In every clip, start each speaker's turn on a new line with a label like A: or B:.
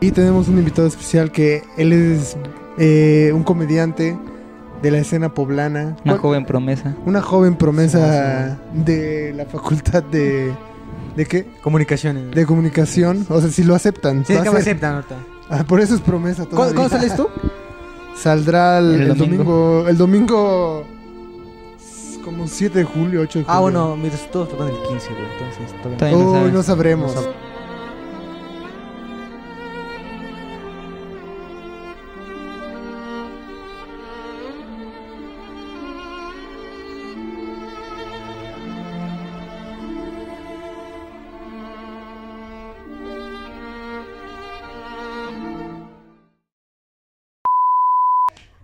A: Y tenemos un invitado especial que él es eh, un comediante de la escena poblana.
B: Una joven promesa.
A: Una joven promesa de la facultad de... ¿De qué?
C: Comunicaciones.
A: De comunicación. O sea, si lo aceptan.
C: Sí,
A: va
C: es
A: a
C: que me
A: ser-
C: aceptan ahorita.
A: Ah, por eso es promesa
C: ¿Cuándo,
A: todavía.
C: cuándo sales tú?
A: Saldrá el,
B: El
A: el domingo.
B: domingo.
A: El domingo... s- Como 7 de julio, 8 de julio.
C: Ah, bueno, mis resultados tocan el 15, güey. Entonces,
B: Todavía
C: todavía no.
B: no
A: Uy,
B: sabes.
A: no sabremos.
C: No sab-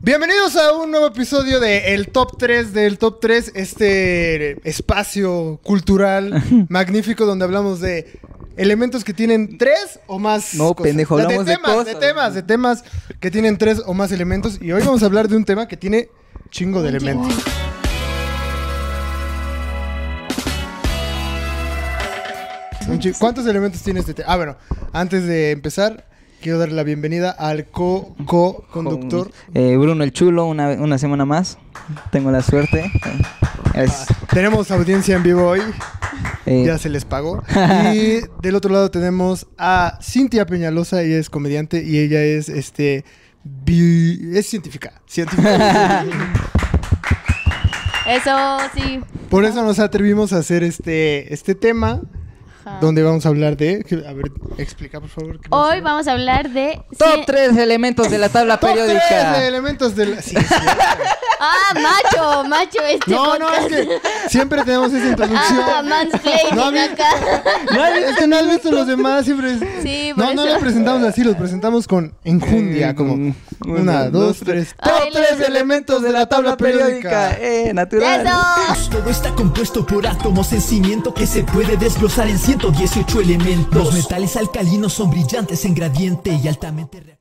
A: Bienvenidos a un nuevo episodio de El Top 3 del Top 3, este espacio cultural magnífico donde hablamos de elementos que tienen tres o más.
D: No, pendejo, hablamos de
A: temas,
D: cosas.
A: De temas, de temas que tienen tres o más elementos. Y hoy vamos a hablar de un tema que tiene chingo de elementos. Un chi- ¿Cuántos elementos tiene este tema? Ah, bueno, antes de empezar, quiero dar la bienvenida al co-co-conductor.
B: Eh, Bruno el Chulo, una, una semana más. Tengo la suerte. Es,
A: Tenemos audiencia en vivo hoy,
B: eh,
A: ya se les pagó. Y del otro lado tenemos a Cintia Peñalosa, ella es comediante y ella es este bi- es científica, científica.
E: Eso sí.
A: Por eso nos atrevimos a hacer este este tema
E: Ajá.
A: donde vamos a hablar de que- a ver, explica por favor. qué
E: Hoy vamos a hablar de.
D: Top
E: cien-
D: 3 elementos de la tabla
A: Top tres de
D: periódica.
A: elementos del sí, es cierto.
E: Ah, macho, macho, este.
A: No, no, es
E: podcast.
A: que siempre tenemos esa introducción.
E: Ah, mansplaining
A: No, a mí-
E: acá.
A: Es que no has visto los demás, siempre es-
E: Sí, por
A: No, no
E: eso.
A: los presentamos así, los presentamos con enjundia,
B: Eh,
A: como
B: con-
A: una, dos, tres.
E: Ay,
D: Top 3 elementos de la tabla periódica. Eh, natural.
E: Eso.
F: Todo está compuesto por átomos en cimiento que se puede desglosar en 118 elementos. Los metales alcalinos son brillantes en gradiente y altamente reactivos.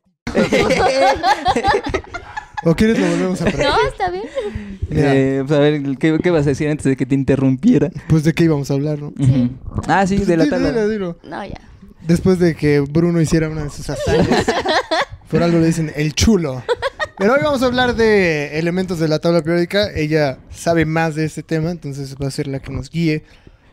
A: ¿O quieres lo volvemos a preguntar?
E: No, está bien.
A: Mira,
B: eh, pues, a ver, ¿qué, qué vas a decir antes de que te interrumpiera?
A: Pues de qué íbamos a hablar, ¿no?
B: Ujú. Ah, sí, de la
A: Dilo, dilo,
B: tabla.
A: dilo.
E: No, ya.
A: Después de que Bruno hiciera una de sus hazañas. Por algo le dicen el chulo. Pero hoy vamos a hablar de elementos de la tabla periódica. Ella sabe más de este tema, entonces va a ser la que nos guíe.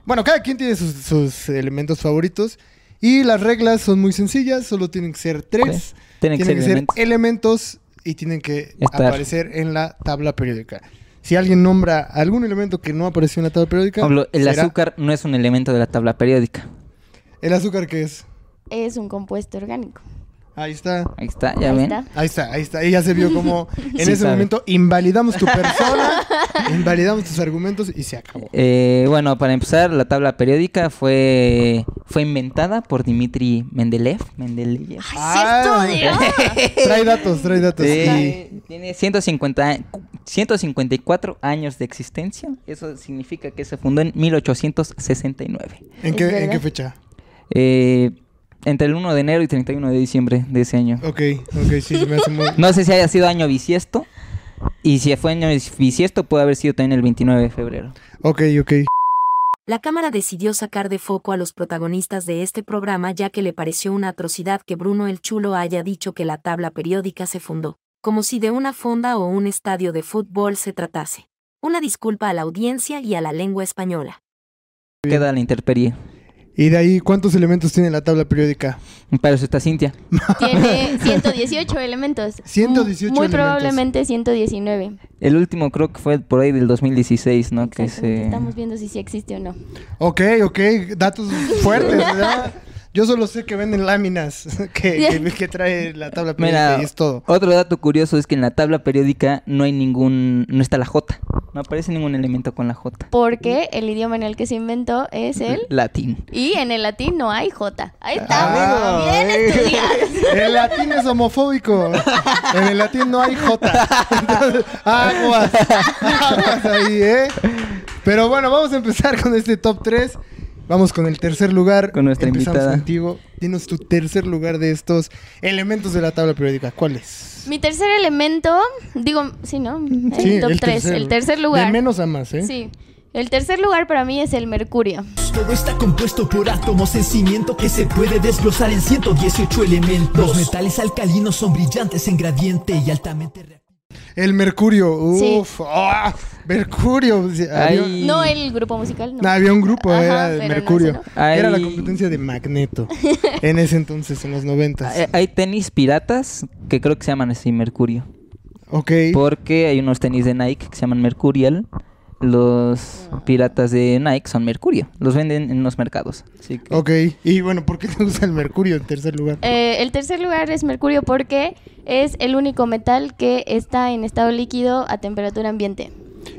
A: Bueno, cada quien tiene sus, sus elementos favoritos. Y las reglas son muy sencillas, solo tienen que ser tres.
B: Tienen que ser elementos.
A: elementos y tienen que
B: Estar.
A: aparecer en la tabla periódica. Si alguien nombra algún elemento que no apareció en la tabla periódica,
B: Por ejemplo, el
A: será-
B: azúcar no es un elemento de la tabla periódica.
A: ¿El azúcar qué es?
E: Es un compuesto orgánico.
A: Ahí está.
B: Ahí está, ya
E: Ahí
B: ven.
E: está.
A: Ahí está, ahí está. Ella se vio como en
B: Sí
A: ese
B: sabe.
A: momento invalidamos tu persona, invalidamos tus argumentos y se acabó.
B: Eh, bueno, para empezar, la tabla periódica fue, fue inventada por Dmitri Mendeleev. Mendeleev.
A: Ay.
E: ¡Ay, sí, estudio!
A: Ah. Trae datos, trae datos.
B: Eh, tiene 150, a- 154 años de existencia. Eso significa que se fundó en 1869.
A: ¿Y ¿En,
E: Es
A: qué, ¿En
E: verdad.
A: qué fecha?
B: Eh, entre el 1 de enero y 31 de diciembre de ese año.
A: Ok, ok, sí, se me hace muy...
B: No sé si haya sido año bisiesto. Y si fue año bisiesto, puede haber sido también el 29 de febrero.
A: Ok, ok.
G: La cámara decidió sacar de foco a los protagonistas de este programa ya que le pareció una atrocidad que Bruno el Chulo haya dicho que la tabla periódica se fundó, como si de una fonda o un estadio de fútbol se tratase. Una disculpa a la audiencia y a la lengua española.
B: Queda la interperie.
A: Y de ahí, ¿cuántos elementos tiene la tabla periódica?
B: Para eso está Cintia.
E: Tiene 118 elementos.
A: 118
E: Muy
A: elementos.
E: probablemente 119.
B: El último creo que fue por ahí del 2016, ¿no? Que
E: Exactamente,
B: se...
E: Estamos viendo si sí existe o no.
A: Ok, ok, datos fuertes, ¿verdad? Yo solo sé que venden láminas que, que- que trae la tabla periódica
B: Mira,
A: y es todo.
B: otro dato curioso es que en la tabla periódica no hay ningún... No está la J. No aparece ningún elemento con la J.
E: Porque el idioma en el que se inventó es el.
B: Latín.
E: Y en el latín no hay J. Ahí está.
A: Ah,
E: bien
A: eh.
E: estudiado.
A: El latín es homofóbico. En el latín no hay J. Entonces, aguas. Aguas ahí, ¿eh? Pero bueno, vamos a empezar con este top 3. Vamos con el tercer lugar.
B: Con nuestra
A: Empezamos
B: invitada.
A: contigo. Dinos tu tercer lugar de estos elementos de la tabla periódica. ¿Cuál es?
E: Mi tercer elemento, digo, sí, ¿no? El
A: Sí,
E: top 3, el tercer
A: De
E: lugar.
A: menos a más, ¿eh?
E: Sí. El tercer lugar para mí es el mercurio.
F: Todo está compuesto por átomos en cimiento que se puede desglosar en 118 elementos. Los metales alcalinos son brillantes en gradiente y altamente reactivos.
A: El Mercurio.
E: Sí.
A: Uf. ah, mercurio. Había,
B: Ay.
E: No el grupo musical, no.
A: no, Ah, había un grupo,
E: Ajá,
A: era de
E: pero no,
A: Mercurio.
E: ese
B: Ay.
A: Era la competencia de Magneto. en ese entonces, en los noventas.
B: Hay, hay tenis piratas que creo que se llaman así Mercurio.
A: ok.
B: Porque hay unos tenis de Nike que se llaman Mercurial. Los
E: Ah.
B: piratas de Nike son Mercurio. Los venden en los mercados. Así que-
A: Ok. Y bueno, ¿por qué te gusta el Mercurio en tercer lugar?
E: Eh, el tercer lugar es mercurio porque es el único metal que está en estado líquido a temperatura ambiente.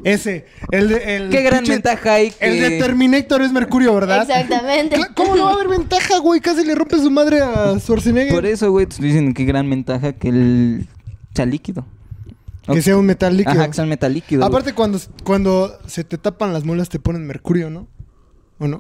A: Ese. El, de- el
B: Qué gran
A: pinche-
B: ventaja hay que...
A: El de Terminator es Mercurio, ¿verdad?
E: Exactamente.
A: Cla- ¿Cómo no va a haber ventaja, güey? Casi le rompe su madre a Schwarzenegger.
B: Por e- eso, güey, te estoy diciendo qué gran ventaja que el sea líquido. O-
A: Que sea un metal líquido.
B: Ajá, que sea un metal líquido. güey.
A: Aparte, cuando, cuando se te tapan las muelas, te ponen mercurio, ¿no? ¿O no?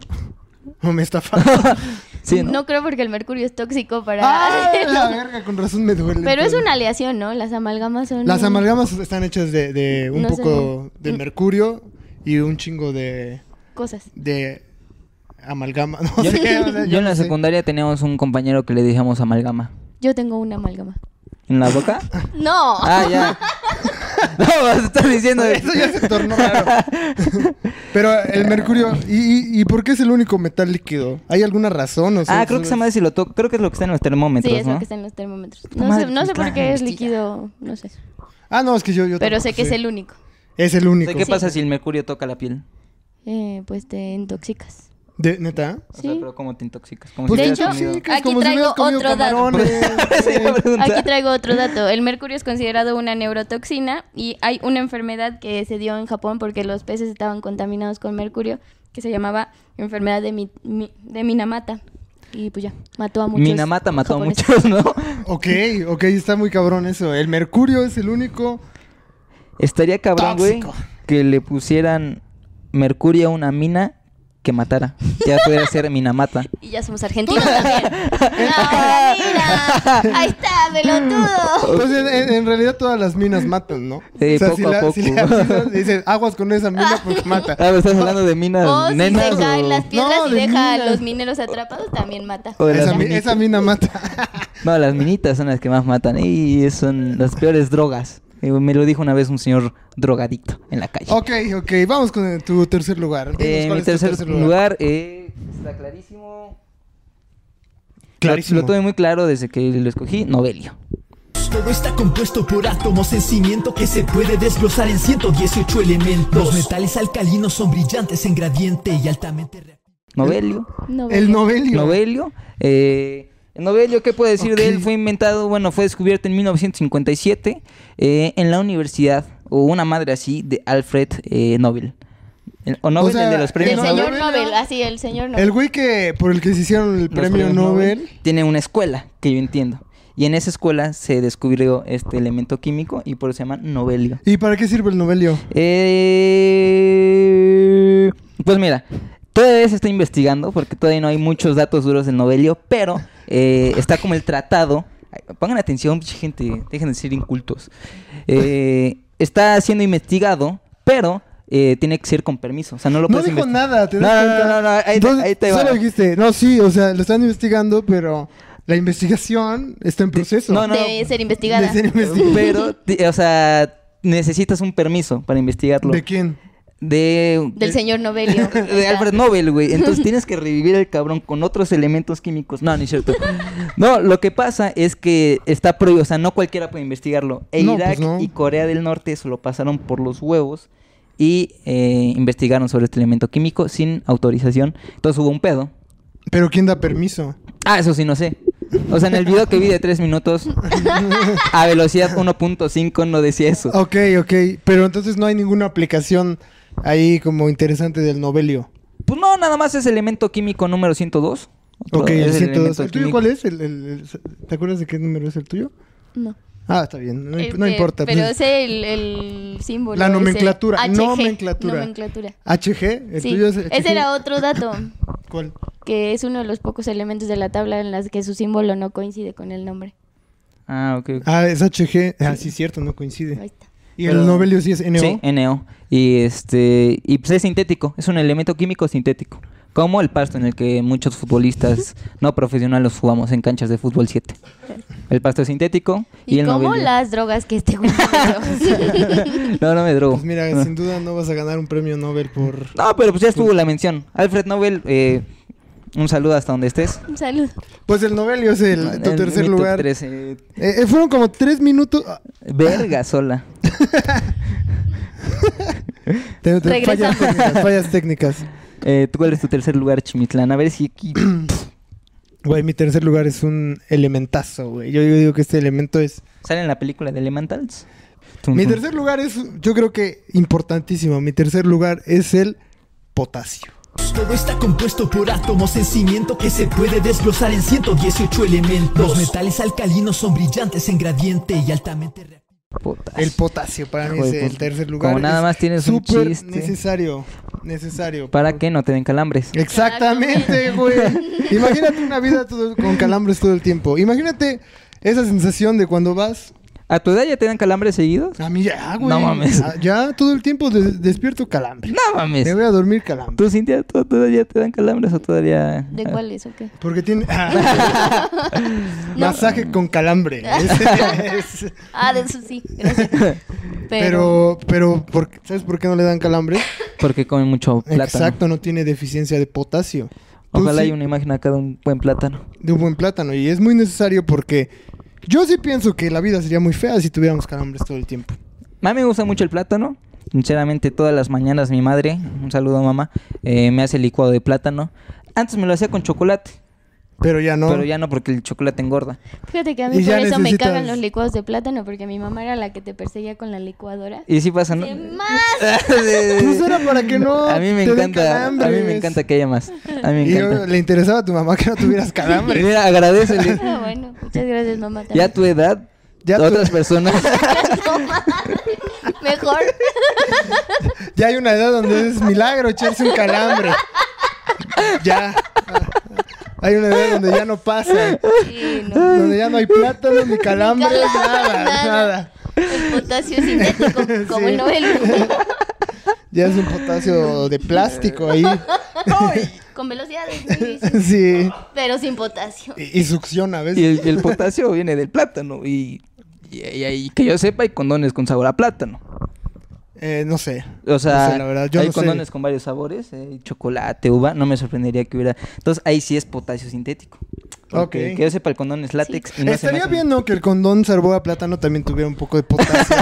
A: ¿O me estafando?
B: Sí, ¿no?
E: No creo porque el mercurio es tóxico para...
A: ¡Ah, la verga! Con razón me duele.
E: Pero es
A: todo.
E: una aleación, ¿no? Las amalgamas son...
A: Las amalgamas están hechas de, de un
E: No sé. Mm.
A: poco de mercurio y un chingo de...
E: Cosas.
A: de amalgama. No
B: Yo,
A: sé, o sea,
B: yo en la
A: sé.
B: secundaria teníamos un compañero que le dijimos amalgama.
E: Yo tengo una amalgama.
B: ¿En la boca?
E: No.
B: ah, ya. No, vas a estar diciendo...
A: Eso ya se tornó raro. Pero el mercurio... ¿y, y, y por qué es el único metal líquido? ¿Hay alguna razón? O sea,
B: Ah, creo que se llama si lo toco. Creo que es lo que está en los termómetros,
E: Sí, es
B: ¿no?
E: lo que está en los termómetros.
B: Puta
E: No sé,
B: madre,
E: no sé por
B: claro,
E: qué es
B: investiga.
E: líquido, no sé.
A: Ah, no, es que yo... yo
E: Pero
A: tampoco
E: sé que es
A: sé.
E: el único.
A: Es el
B: O
A: único.
B: sea, ¿Qué
E: Sí.
B: pasa si el mercurio toca la piel?
E: Eh, pues te intoxicas.
A: De, ¿Neta?
B: O sea,
E: Sí.
B: pero ¿cómo te intoxicas? ¿Cómo
A: Pues te
E: De
B: te
E: hecho,
B: hubieras comido?
A: intoxicas,
E: aquí traigo
A: hubieras comido
E: otro dato.
A: camarones,
B: Se iba a
A: güey.
B: preguntar.
E: Aquí traigo otro dato. El mercurio es considerado una neurotoxina y hay una enfermedad que se dio en Japón porque los peces estaban contaminados con mercurio que se llamaba enfermedad de, mi- mi- de Minamata. Y pues ya, mató a muchos.
B: Minamata mató a
E: japoneses.
B: muchos, ¿no?
A: ok, ok, está muy cabrón eso. El mercurio es el único.
B: Estaría cabrón, güey,
A: Tóxico.
B: que le pusieran mercurio a una mina que matara. Ya pudiera ser minamata.
E: Y ya somos argentinos también. ¡Ah, mira! ¡Ahí está, pelotudo!
A: Pues en, en- en realidad todas las minas matan, ¿no?
B: Sí, poco
A: si
B: a
A: la-
B: poco.
A: si le avisas, dices, aguas con esa mina porque mata.
B: Ah, estás hablando de minas
E: O si
B: nenas
E: Oh, se
B: o-
E: caen las piedras
A: No,
E: y
A: de
E: deja a
A: minas.
E: los mineros atrapados, también mata.
B: o de
A: Esa,
B: las
A: mi-
B: minitas.
A: esa mina mata.
B: No, las minitas son las que más matan y son las peores drogas. Eh, Me lo dijo una vez un señor drogadicto en la calle.
A: ok, ok, vamos con tu tercer lugar. Dinos,
B: Eh,
A: ¿cuál
B: mi
A: es tu
B: tercer, lugar, eh, está clarísimo.
A: Clarísimo.
B: Lo, lo tuve muy claro desde que lo escogí, Novelio.
F: Todo está compuesto por átomos en cimiento que se puede desglosar en 118 elementos. Los metales alcalinos son brillantes en gradiente y altamente reactivos.
B: Novelio.
E: No,
A: El novelio.
B: Novelio. eh, Novelio, ¿qué puedo decir de él?
A: Ok.
B: Fue inventado, bueno, fue descubierto en 1957 eh, en la universidad, o una madre así, de Alfred eh, Nobel. El- o Nobel,
A: sea,
B: el de los
E: El
B: premios
A: no,
E: señor
A: novelio.
E: Nobel, así, el señor Nobel.
A: El güey que por el que se hicieron el
B: los
A: premio
B: premios
A: Nobel.
B: Tiene una escuela, que yo entiendo. Y en esa escuela se descubrió este elemento químico y por eso se llama Novelio.
A: ¿Y para qué sirve el Nobelio?
B: Eh, pues mira, todavía se está investigando porque todavía no hay muchos datos duros del novelio, pero eh, está como el tratado. Ay, Pongan atención, pinche gente, dejen de ser incultos. Eh, está siendo investigado, pero eh, tiene que ser con permiso. O sea, no lo
A: No
B: puedes
A: dijo
B: investi-
A: nada, te
B: No,
A: das
B: no,
A: cuenta.
B: no, no, no, ahí te-
A: Entonces,
B: ahí te va.
A: Solo dijiste, no, sí, o sea, lo están investigando, pero la investigación está en proceso.
B: no, no,
E: Debe ser investigada.
A: De ser investigada.
B: Pero, ti- o sea, necesitas un permiso para investigarlo.
A: ¿De quién?
B: De-
E: Del señor Nobelio.
B: de Alfred Nobel, güey. Entonces tienes que revivir el cabrón con otros elementos químicos. No, no es cierto. No, lo que pasa es que está prohibido, o sea, no cualquiera puede investigarlo. E
A: No,
B: Irak
A: pues no.
B: y Corea del Norte se lo pasaron por los huevos y eh, investigaron sobre este elemento químico sin autorización. Entonces hubo un pedo.
A: ¿Pero quién da permiso?
B: Ah, eso sí, no sé. O sea, en el video que vi de 3 minutos, a velocidad 1.5 no decía eso.
A: Ok, ok. Pero entonces no hay ninguna aplicación ahí como interesante del Nobelio.
B: Pues no, nada más es elemento químico número 102. Otro-
A: Ok, el
B: es
A: 102.
B: elemento
A: ¿El tuyo
B: químico.
A: cuál es? El- el- el- ¿Te acuerdas de qué número es el tuyo?
E: No.
A: Ah, está bien. No, imp-
E: Eh,
A: no
E: eh,
A: importa.
E: Pero
A: pues,
E: es el, el símbolo.
A: La
E: ese.
A: nomenclatura,
E: HG,
A: nomenclatura.
E: nomenclatura.
A: HG, el
E: Sí,
A: tuyo es
E: ese
A: HG.
E: era otro dato,
A: ¿Cuál?
E: que es uno de los pocos elementos de la tabla en las que su símbolo no coincide con el nombre.
B: Ah, ok, ok.
A: Ah, es HG. Ah, sí, cierto, no coincide.
E: Ahí está.
A: Y
B: Pero-
A: el Novelio sí es NO.
B: Sí, NO. Y este y pues es sintético, es un elemento químico sintético. Como el pasto en el que muchos futbolistas no profesionales jugamos en canchas de fútbol 7. El pasto es sintético y,
E: Y
B: el
E: como
B: novelio.
E: las drogas que este güey usó.
B: No, no me drogo.
A: Pues mira,
B: No.
A: sin duda no vas a ganar un premio Nobel por...
B: Ah. No, pero pues ya estuvo la mención. Alfred Nobel, eh, un saludo hasta donde estés.
E: Un saludo.
A: Pues el Novelio es el, tu
B: En
A: tercer
B: mi top
A: lugar.
B: tres, eh,
A: Eh, eh, fueron como tres minutos... Ah,
B: verga sola.
A: te- te-
E: Regresamos.
A: fallas técnicas, fallas técnicas.
B: Eh, ¿tú ¿Cuál es tu tercer lugar, Chimitlán? A ver si aquí...
A: Güey, mi tercer lugar es un elementazo, güey. Yo, yo digo que este elemento es...
B: ¿Sale en la película de Elementals?
A: Mi tercer lugar es, yo creo que importantísimo. Mi tercer lugar es el potasio.
F: Todo está compuesto por átomos en cimiento que se puede desglosar en 118 elementos. Los metales alcalinos son brillantes en gradiente y altamente reactivos.
B: Putas.
A: El potasio para mí
B: Hijo
A: es
B: de
A: el
B: puta.
A: tercer lugar.
B: pues, Como nada
A: Es
B: más tienes un
A: súper
B: chiste.
A: necesario, necesario.
B: Para que no te den calambres.
A: Eh. Exactamente, güey. Imagínate una vida todo- con calambres todo el tiempo. Imagínate esa sensación de cuando vas
B: ¿A tu edad ya te dan calambres seguidos?
A: a mí ya, güey.
B: No mames.
A: Ah, Ya todo el tiempo de- despierto calambre.
B: No mames.
A: Me voy a dormir calambre.
B: ¿Tú, Cintia, tú- todavía te dan calambres o todavía...?
E: ¿De
B: Ah.
E: cuáles o qué?
A: Porque tiene Ah. masaje con calambre. Ese es.
E: Ah, de eso sí. gracias. Pero,
A: Pero, pero, ¿por qué- ¿sabes por qué no le dan calambre?
B: Porque comen mucho plátano.
A: Exacto, no tiene deficiencia de potasio. Tú
B: Ojalá
A: sí-
B: haya una imagen acá de un buen plátano.
A: de un buen plátano. Y es muy necesario porque yo sí pienso que la vida sería muy fea si tuviéramos calambres todo el tiempo.
B: A mí me gusta mucho el plátano. Sinceramente, todas las mañanas mi madre, un saludo mamá, eh, me hace licuado de plátano. Antes me lo hacía con chocolate,
A: Pero ya no.
B: pero ya no porque el chocolate engorda.
E: fíjate que a mí
A: Y
E: por
A: ya
E: eso me
A: necesitas-
E: cagan los licuados de plátano, porque mi mamá era la que te perseguía con la licuadora.
B: Y sí pasa, ¿no?
E: ¡Qué más!
A: Pues era para que no
B: a mí me
A: te den
B: encanta, a mí me
A: calambres.
B: encanta que haya más. A mí me
A: Y yo-
B: encanta.
A: le interesaba a tu mamá que no tuvieras calambres.
B: Mira, agradecele.
E: Ah, bueno, muchas gracias, mamá.
B: Ya
E: También.
B: a tu edad,
A: Ya tu-
B: otras personas.
E: Mejor.
A: Ya hay una edad donde es milagro echarse un calambre. Ya. Ah, Hay una edad donde ya no pasa.
E: Sí, no.
A: Donde ya no hay plátano ni calambres, nada,
E: Calambre, nada.
A: nada.
E: El potasio sintético, como
A: Sí.
E: el novelo.
A: Ya es un potasio de plástico ahí.
E: Con velocidades muy difíciles,
A: Sí.
E: pero sin potasio.
A: Y, y succiona, ¿ves?
B: Y el, y el potasio viene del plátano. Y, y, y- y que yo sepa, hay condones con sabor a plátano.
A: Eh, no sé.
B: O sea,
A: No sé, la verdad, yo
B: hay
A: no sé.
B: condones con varios sabores, eh, chocolate, uva, no me sorprendería que hubiera. Entonces ahí sí es potasio sintético. Porque
A: Ok.
B: Que yo sepa, el condón es látex. y no se me
A: Estaría
B: hace-
A: bien, ¿no? Que el condón cervó a plátano también tuviera un poco de potasio.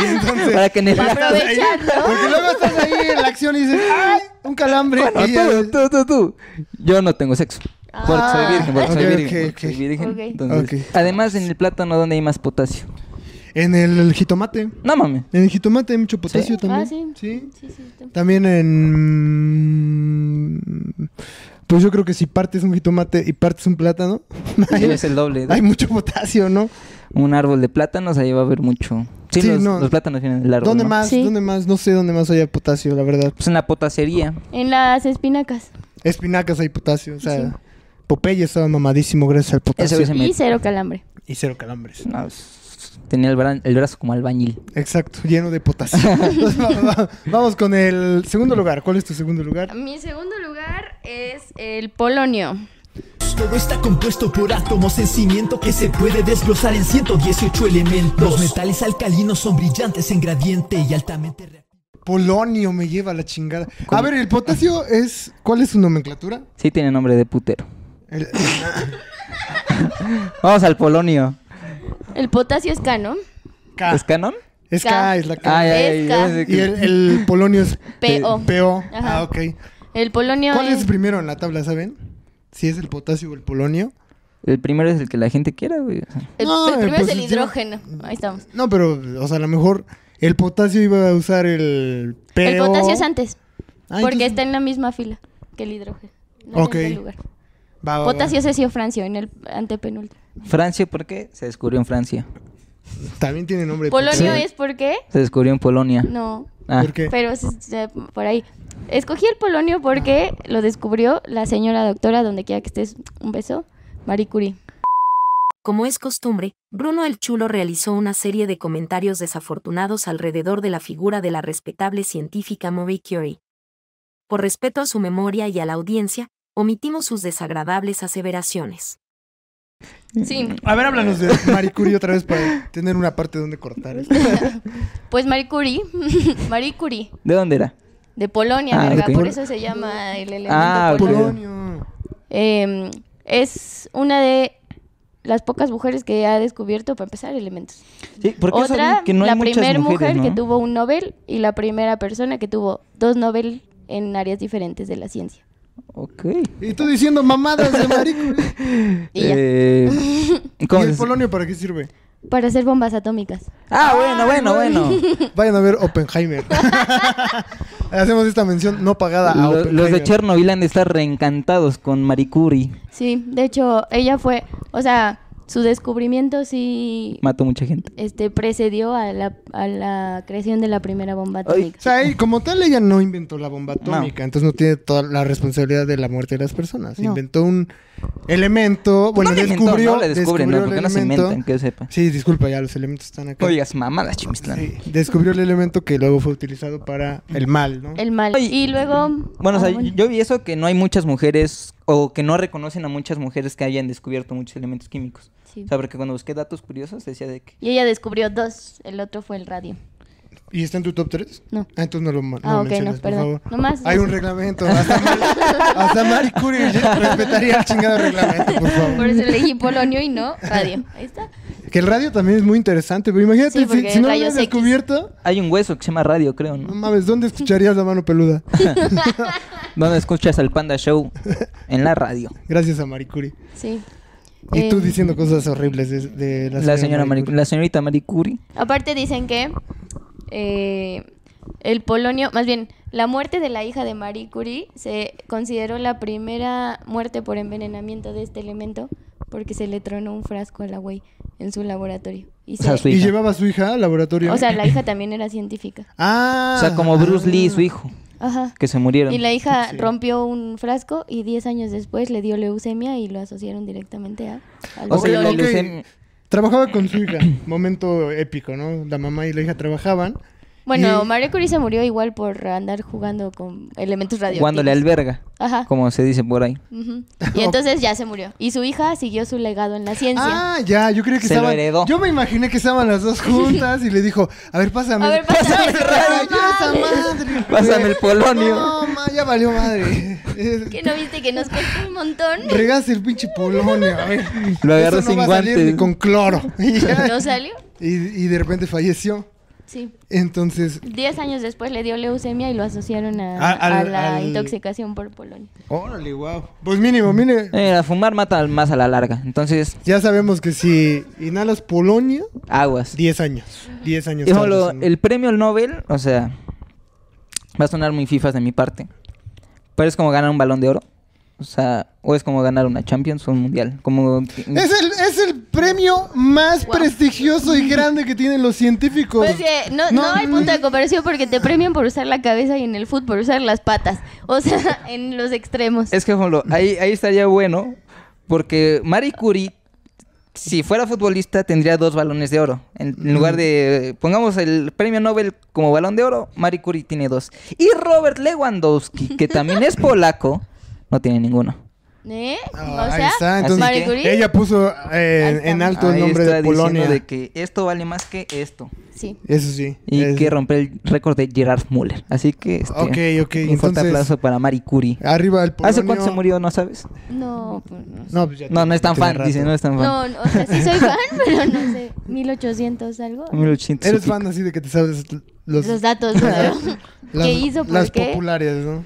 A: Y entonces,
B: Para que en el-
A: estás ahí-
E: Aprovechando.
A: Porque luego estás ahí en la acción y dices, ¡ay! Un calambre.
B: Bueno,
A: Y ya-
B: tú, Ah, tú, tú, tú. Yo no tengo sexo. Porque soy
E: Ah.
B: virgen, porque
A: Ok,
B: soy
A: ok,
B: virgen.
A: ok.
B: porque soy virgen.
E: Ok.
B: Entonces,
A: Ok.
B: Además, en el plátano, ¿dónde hay más potasio?
A: En el, jitomate.
B: No mames.
A: En el jitomate hay mucho potasio también.
E: Ah, sí.
A: Sí.
E: Sí, sí, está-
A: También en. Pues yo creo que si partes un jitomate y partes un plátano, hay,
B: Es el doble.
A: hay mucho potasio, ¿no?
B: Un árbol de plátanos, ahí va a haber mucho. Sí,
A: Sí,
B: los,
A: no.
B: los plátanos vienen del árbol.
A: ¿Dónde
B: ¿no?
A: más?
E: Sí.
A: ¿Dónde más? No sé dónde más haya potasio, la verdad.
B: Pues en la potacería.
E: En las espinacas.
A: Espinacas hay potasio, o sea.
E: Sí.
A: Popeye estaba mamadísimo gracias al
B: Ese
A: potasio.
B: güey se me-
E: Y cero calambre.
A: Y cero calambres.
B: no, s- tenía el, bra- el brazo como albañil.
A: Exacto, lleno de potasio. Entonces, va- va- vamos con el segundo lugar. ¿Cuál es tu segundo lugar?
E: Mi segundo lugar es el polonio.
F: Todo está compuesto por átomos en cimiento que se puede desglosar en 118 elementos. Los metales alcalinos son brillantes en gradiente y altamente reactivos.
A: Polonio me lleva la chingada. A ver, el potasio es. ¿Cuál es su nomenclatura?
B: Sí tiene nombre de putero.
A: El-
B: Vamos al polonio.
E: El potasio es cano.
A: K.
B: ¿Es canon?
A: Ah. Es
E: K.
A: K, es la K.
B: Ah, ya, ya,
E: Es
B: ya
E: K.
B: sé que-
A: Y el, el polonio es
E: PO.
A: PO.
E: Ajá.
A: Ah, ok.
E: El polonio
A: ¿Cuál
E: es...
A: es primero en la tabla, saben? Si es el potasio o el polonio.
B: El primero es el que la gente quiera, güey. O sea,
E: El,
A: No,
E: el primero
A: pues,
E: es el
A: yo-
E: hidrógeno. Ahí estamos.
A: No, pero, o sea, a lo mejor el potasio iba a usar el PO.
E: El potasio es antes,
A: Ah,
E: porque
A: entonces-
E: está en la misma fila que el hidrógeno. No
A: Ok. Ah,
E: en el lugar.
A: Va, va, va.
E: Potasio es Cesio Francio en el antepenúltimo.
B: Francia, ¿por qué? Se descubrió en Francia.
A: También tiene nombre. de
E: Polonio
A: potasio.
E: es por qué?
B: Se descubrió en Polonia.
E: No,
B: Ah,
A: ¿Por qué?
E: pero es, eh, por ahí. Escogí el polonio porque lo descubrió la señora doctora, donde quiera que estés, un beso, Marie Curie.
G: Como es costumbre, Bruno el Chulo realizó una serie de comentarios desafortunados alrededor de la figura de la respetable científica Marie Curie. Por respeto a su memoria y a la audiencia, omitimos sus desagradables aseveraciones.
B: Mm.
E: Sí,
A: A ver, háblanos de Marie Curie otra vez para tener una parte donde cortar. esto.
E: pues Marie Curie, Marie Curie,
B: ¿De dónde era?
E: de Polonia,
B: Ah,
E: verga,
B: ok.
E: por eso se llama el elemento
B: Ah, ok.
E: polaco.
A: Polonio.
E: Eh, es una de las pocas mujeres que ha descubierto, para empezar, elementos.
B: Sí, porque eso
E: Otra,
B: vi que no
E: la
B: hay muchas
E: primera
B: mujeres,
E: mujer que
B: ¿no?
E: tuvo un Nobel y la primera persona que tuvo dos Nobel en áreas diferentes de la ciencia.
B: Ok.
A: Y tú diciendo mamadas de Marie Curie.
E: Y ya.
B: Eh, ¿cómo
A: ¿Y el
B: se-
A: polonio para qué sirve?
E: Para hacer bombas atómicas.
B: Ah, bueno, bueno, bueno.
A: Vayan a ver Oppenheimer. Hacemos esta mención no pagada a
B: Lo- los de
A: Oppenheimer.
B: Chernobyl han de estar reencantados con Marie Curie.
E: Sí, de hecho, ella fue, o sea, su descubrimiento sí
B: Mató mucha gente.
E: este, precedió a la, a la creación de la primera bomba
B: Ay.
E: atómica.
A: O sea, ahí, como tal, ella no inventó la bomba atómica, entonces no tiene toda la responsabilidad de la muerte de las personas.
B: No.
A: Inventó un elemento, bueno,
B: no le inventó,
A: descubrió,
B: no le descubren,
A: descubrió
B: no,
A: el
B: porque no se
A: elemento.
B: inventan, que yo sepa.
A: Sí, disculpa, ya los elementos están acá.
B: No digas mamadas, Chimistlán.
A: Sí, descubrió el elemento que luego fue utilizado para el mal, ¿no?
E: El mal.
B: Ay.
E: Y luego...
B: Bueno, o sea,
E: ah, bueno.
B: yo vi eso que no hay muchas mujeres o que no reconocen a muchas mujeres que hayan descubierto muchos elementos químicos.
E: Sí.
B: O sea, porque cuando busqué datos curiosos decía de que...
E: Y ella descubrió dos, el otro fue el radio.
A: ¿Y está en tu top 3?
E: No.
A: Ah, entonces no lo, no
E: Ah,
A: lo
E: ok, no,
A: mencionas, por
E: perdón.
A: favor.
E: Nomás
A: Hay
E: eso.
A: un reglamento. Hasta, hasta Marie Curie respetaría el chingado reglamento, por favor.
E: Por eso elegí Polonio y no radio. Ahí está.
A: Que el radio también es muy interesante, pero imagínate,
E: Sí,
A: si- si,
E: porque
A: no lo
E: rayos
A: hubieras
E: X.
A: descubierto,
B: Hay un hueso que se llama radio, creo,
A: no
B: ¿no?
A: mames, ¿dónde escucharías la mano peluda?
B: Donde escuchas al Panda Show en la radio.
A: Gracias a Marie Curie.
E: Sí.
A: Y
E: Eh,
A: tú diciendo cosas horribles de, de
B: La señora Marie- la señorita Marie Curie.
E: Aparte dicen que eh, el polonio, más bien, la muerte de la hija de Marie Curie se consideró la primera muerte por envenenamiento de este elemento porque se le tronó un frasco a la güey en su laboratorio. Y
B: O sea,
E: se-
B: su
A: Y
B: hija.
A: llevaba a su hija al laboratorio.
E: o sea, la hija también era científica.
A: ah,
B: O sea, como Bruce Lee y su hijo,
E: Ajá.
B: que se murieron.
E: Y la hija
A: Sí.
E: rompió un frasco y 10 años después le dio leucemia y lo asociaron directamente a... al
B: O sea,
A: Ok,
B: la
A: ok.
E: polonio.
B: leucemia-
A: Trabajaba con su hija. Momento épico, ¿no? La mamá y la hija trabajaban.
E: Bueno,
A: y-
E: Marie Curie se murió igual por andar jugando con elementos radioactivos.
B: cuando le alberga,
E: Ajá.
B: como se dice por ahí.
E: Ujú. Y entonces ya se murió. Y su hija siguió su legado en la ciencia.
A: Ah, ya, yo creo que
B: Se lo
A: estaban.
B: heredó.
A: Yo me imaginé que estaban las dos juntas y le dijo, a ver, pásame.
E: A ver, pásame el
A: Ay,
E: radio.
A: quiero esa madre.
B: Pásame el polonio.
A: No, ma, ya valió madre.
E: ¿Que no viste que nos costó un montón?
A: Regaste el pinche polonio. A ver.
B: Lo agarró
A: Eso no
B: sin
A: va a salir
B: guantes.
A: ni con cloro. Y, ya.
E: ¿No salió?
A: y, y de repente falleció.
E: Sí.
A: Entonces,
E: Diez años después le dio leucemia y lo asociaron a,
A: Ah, al-
E: a la
A: al-
E: intoxicación por polonio.
A: órale, wow. Pues mínimo, mire.
B: Mira, fumar mata al- más a la larga. Entonces,
A: Ya sabemos que si inhalas polonio,
B: aguas.
A: 10 años. 10 años.
B: Híjole,
A: tardas en-
B: el premio Nobel, o sea, va a sonar muy fifas de mi parte. Pero es como ganar un balón de oro. O sea, o es como ganar una Champions o un mundial. Como.
A: Es el, es el premio más
E: Wow.
A: prestigioso y grande que tienen los científicos.
E: Pues que no, no hay punto de comparación porque te premian por usar la cabeza y en el fútbol por usar las patas. O sea, en los extremos.
B: Es que, por ejemplo, ahí, ahí estaría bueno. Porque Marie Curie, si fuera futbolista, tendría dos balones de oro. En, en lugar de. Pongamos el premio Nobel como balón de oro, Marie Curie tiene dos. Y Robert Lewandowski, que también es polaco, no tiene ninguno.
E: ¿Eh?
A: Ah,
E: o
A: ahí
E: sea,
A: está,
B: entonces-
E: Marie Curie.
A: Ella puso eh,
E: Ahí está.
A: en alto el
B: Ahí
A: nombre
B: está
A: de
B: diciendo
A: Polonia.
B: de que esto vale más que esto.
E: Sí.
A: Eso sí.
B: Y
A: es-
B: que romper el récord de Gerard Müller. Así que, este,
A: Ok, ok,
B: un fuerte
A: entonces- eh,
B: aplauso para Marie Curie.
A: Arriba el Polonio.
B: ¿Hace cuánto se murió? ¿No sabes?
E: No, pues no. sé.
A: No, pues ya
B: No, no es tan
A: tiene
B: fan.
A: rato.
B: Dice, no es tan fan.
E: No, no, o sea, sí soy fan, pero no sé. 1800 algo.
B: 1800 y
A: Eres
B: pico.
A: fan así de que te sabes los,
E: Los datos, pero-
A: las,
E: ¿Qué hizo? ¿Por
A: las
E: qué?
A: populares, ¿no?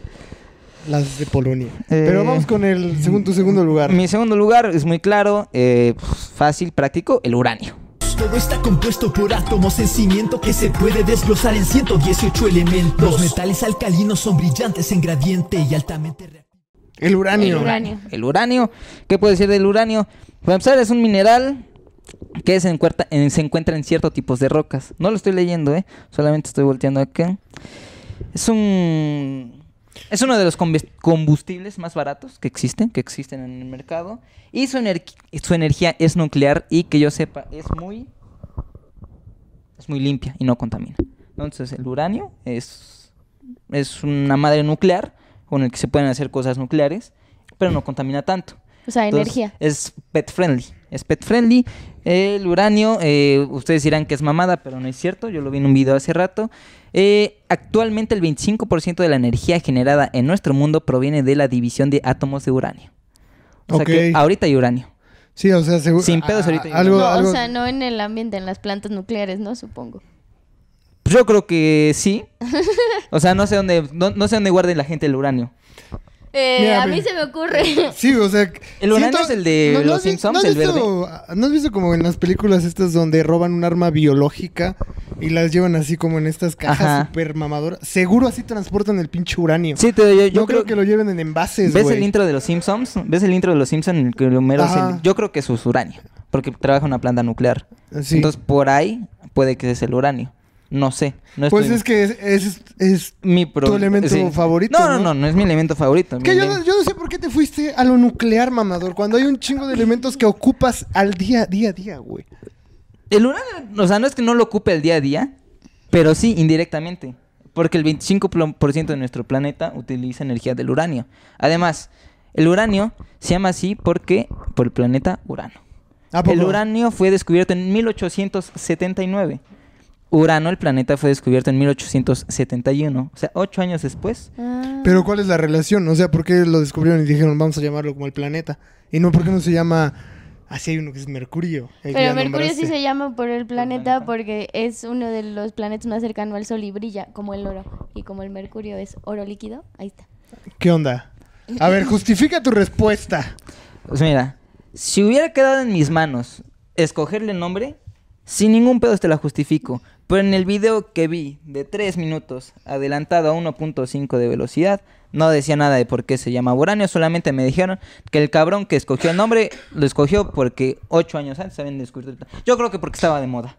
A: Las de Polonia.
B: Eh,
A: Pero vamos con el segundo, tu segundo lugar.
B: Mi segundo lugar es muy claro, eh, fácil, práctico, el uranio.
F: Todo está compuesto por átomos en cimiento que se puede desglosar en 118 elementos. Los metales alcalinos son brillantes en gradiente y altamente reactivos.
A: El uranio.
E: El uranio.
B: El uranio, ¿qué puedo decir del uranio? Para empezar, es un mineral que se encuentra en, se encuentra en ciertos tipos de rocas. No lo estoy leyendo, ¿eh? Solamente estoy volteando acá. Es un... Es uno de los combes- combustibles más baratos que existen, que existen en el mercado. Y su, energi- su energía es nuclear y que yo sepa es muy, es muy limpia y no contamina. Entonces el uranio es, es una madre nuclear con el que se pueden hacer cosas nucleares, pero no contamina tanto.
E: O sea,
B: Entonces,
E: energía.
B: Es pet friendly. Es pet friendly. El uranio, eh, ustedes dirán que es mamada, pero no es cierto. Yo lo vi en un video hace rato. Eh, actualmente el 25% de la energía generada en nuestro mundo proviene de la división de átomos de uranio. O sea que
A: Ok.
B: ahorita hay uranio.
A: Sí, o sea, seguro.
B: Sin pedos ahorita.
A: a- Algo,
E: no,
A: algo-
E: o sea, no en el ambiente, en las plantas nucleares, ¿no? Supongo.
B: Pues yo creo que sí. O sea, no sé dónde, no, no sé dónde guarden la gente el uranio.
E: Eh,
A: Mira,
E: a
A: pero-
E: mí se me ocurre.
A: Sí, o sea.
B: El uranio es el de los
A: has vi-
B: Simpsons,
A: has
B: el
A: visto- ¿No has visto como en las películas estas donde roban un arma biológica y las llevan así como en estas cajas
B: Ajá.
A: super mamadoras? Seguro así transportan el pinche uranio.
B: Sí, te, yo, yo
A: Yo creo que lo lleven en envases,
B: ¿Ves
A: güey.
B: el intro de los Simpsons? ¿Ves el intro de los Simpsons en el que Homero hace el-
A: Ajá.
B: Yo creo que eso es uranio, porque trabaja en una planta nuclear.
A: Sí.
B: Entonces, por ahí puede que sea el uranio. No sé. No
A: Pues
B: estoy-
A: es que es, es- es-
B: mi pro-
A: tu elemento favorito,
B: No, no,
A: ¿no?
B: no, no, es mi elemento favorito.
A: que
B: Mi
A: yo,
B: ele-
A: no- yo no sé por qué te fuiste a lo nuclear, mamador, cuando hay un chingo de elementos que ocupas al día, día, día, güey.
B: El uranio, o sea, no es que no lo ocupe el día a día, pero sí indirectamente. Porque el 25% de nuestro planeta utiliza energía del uranio. Además, el uranio se llama así porque por el planeta Urano.
A: ¿A poco?
B: El uranio fue descubierto en 1879. Urano, el planeta, fue descubierto en 1871. O sea, ocho años después.
E: Ah,
A: Pero ¿cuál es la relación? O sea, ¿por qué lo descubrieron y dijeron vamos a llamarlo como el planeta? Y no, ¿por qué no se llama... Así hay uno que es Mercurio. el que ya
E: pero Mercurio sí
A: nombraste.
E: se llama por el planeta porque es uno de los planetas más cercanos al Sol y brilla como el oro. Y como el Mercurio es oro líquido, ahí está.
A: ¿Qué onda? A ver, justifica tu respuesta.
B: Pues mira, si hubiera quedado en mis manos escogerle el nombre, sin ningún pedo te la justifico. Pero en el video que vi de 3 minutos, adelantado a 1.5 de velocidad, no decía nada de por qué se llama uranio, solamente me dijeron que el cabrón que escogió el nombre lo escogió porque 8 años antes habían descubierto el plan- Yo creo que porque estaba de moda.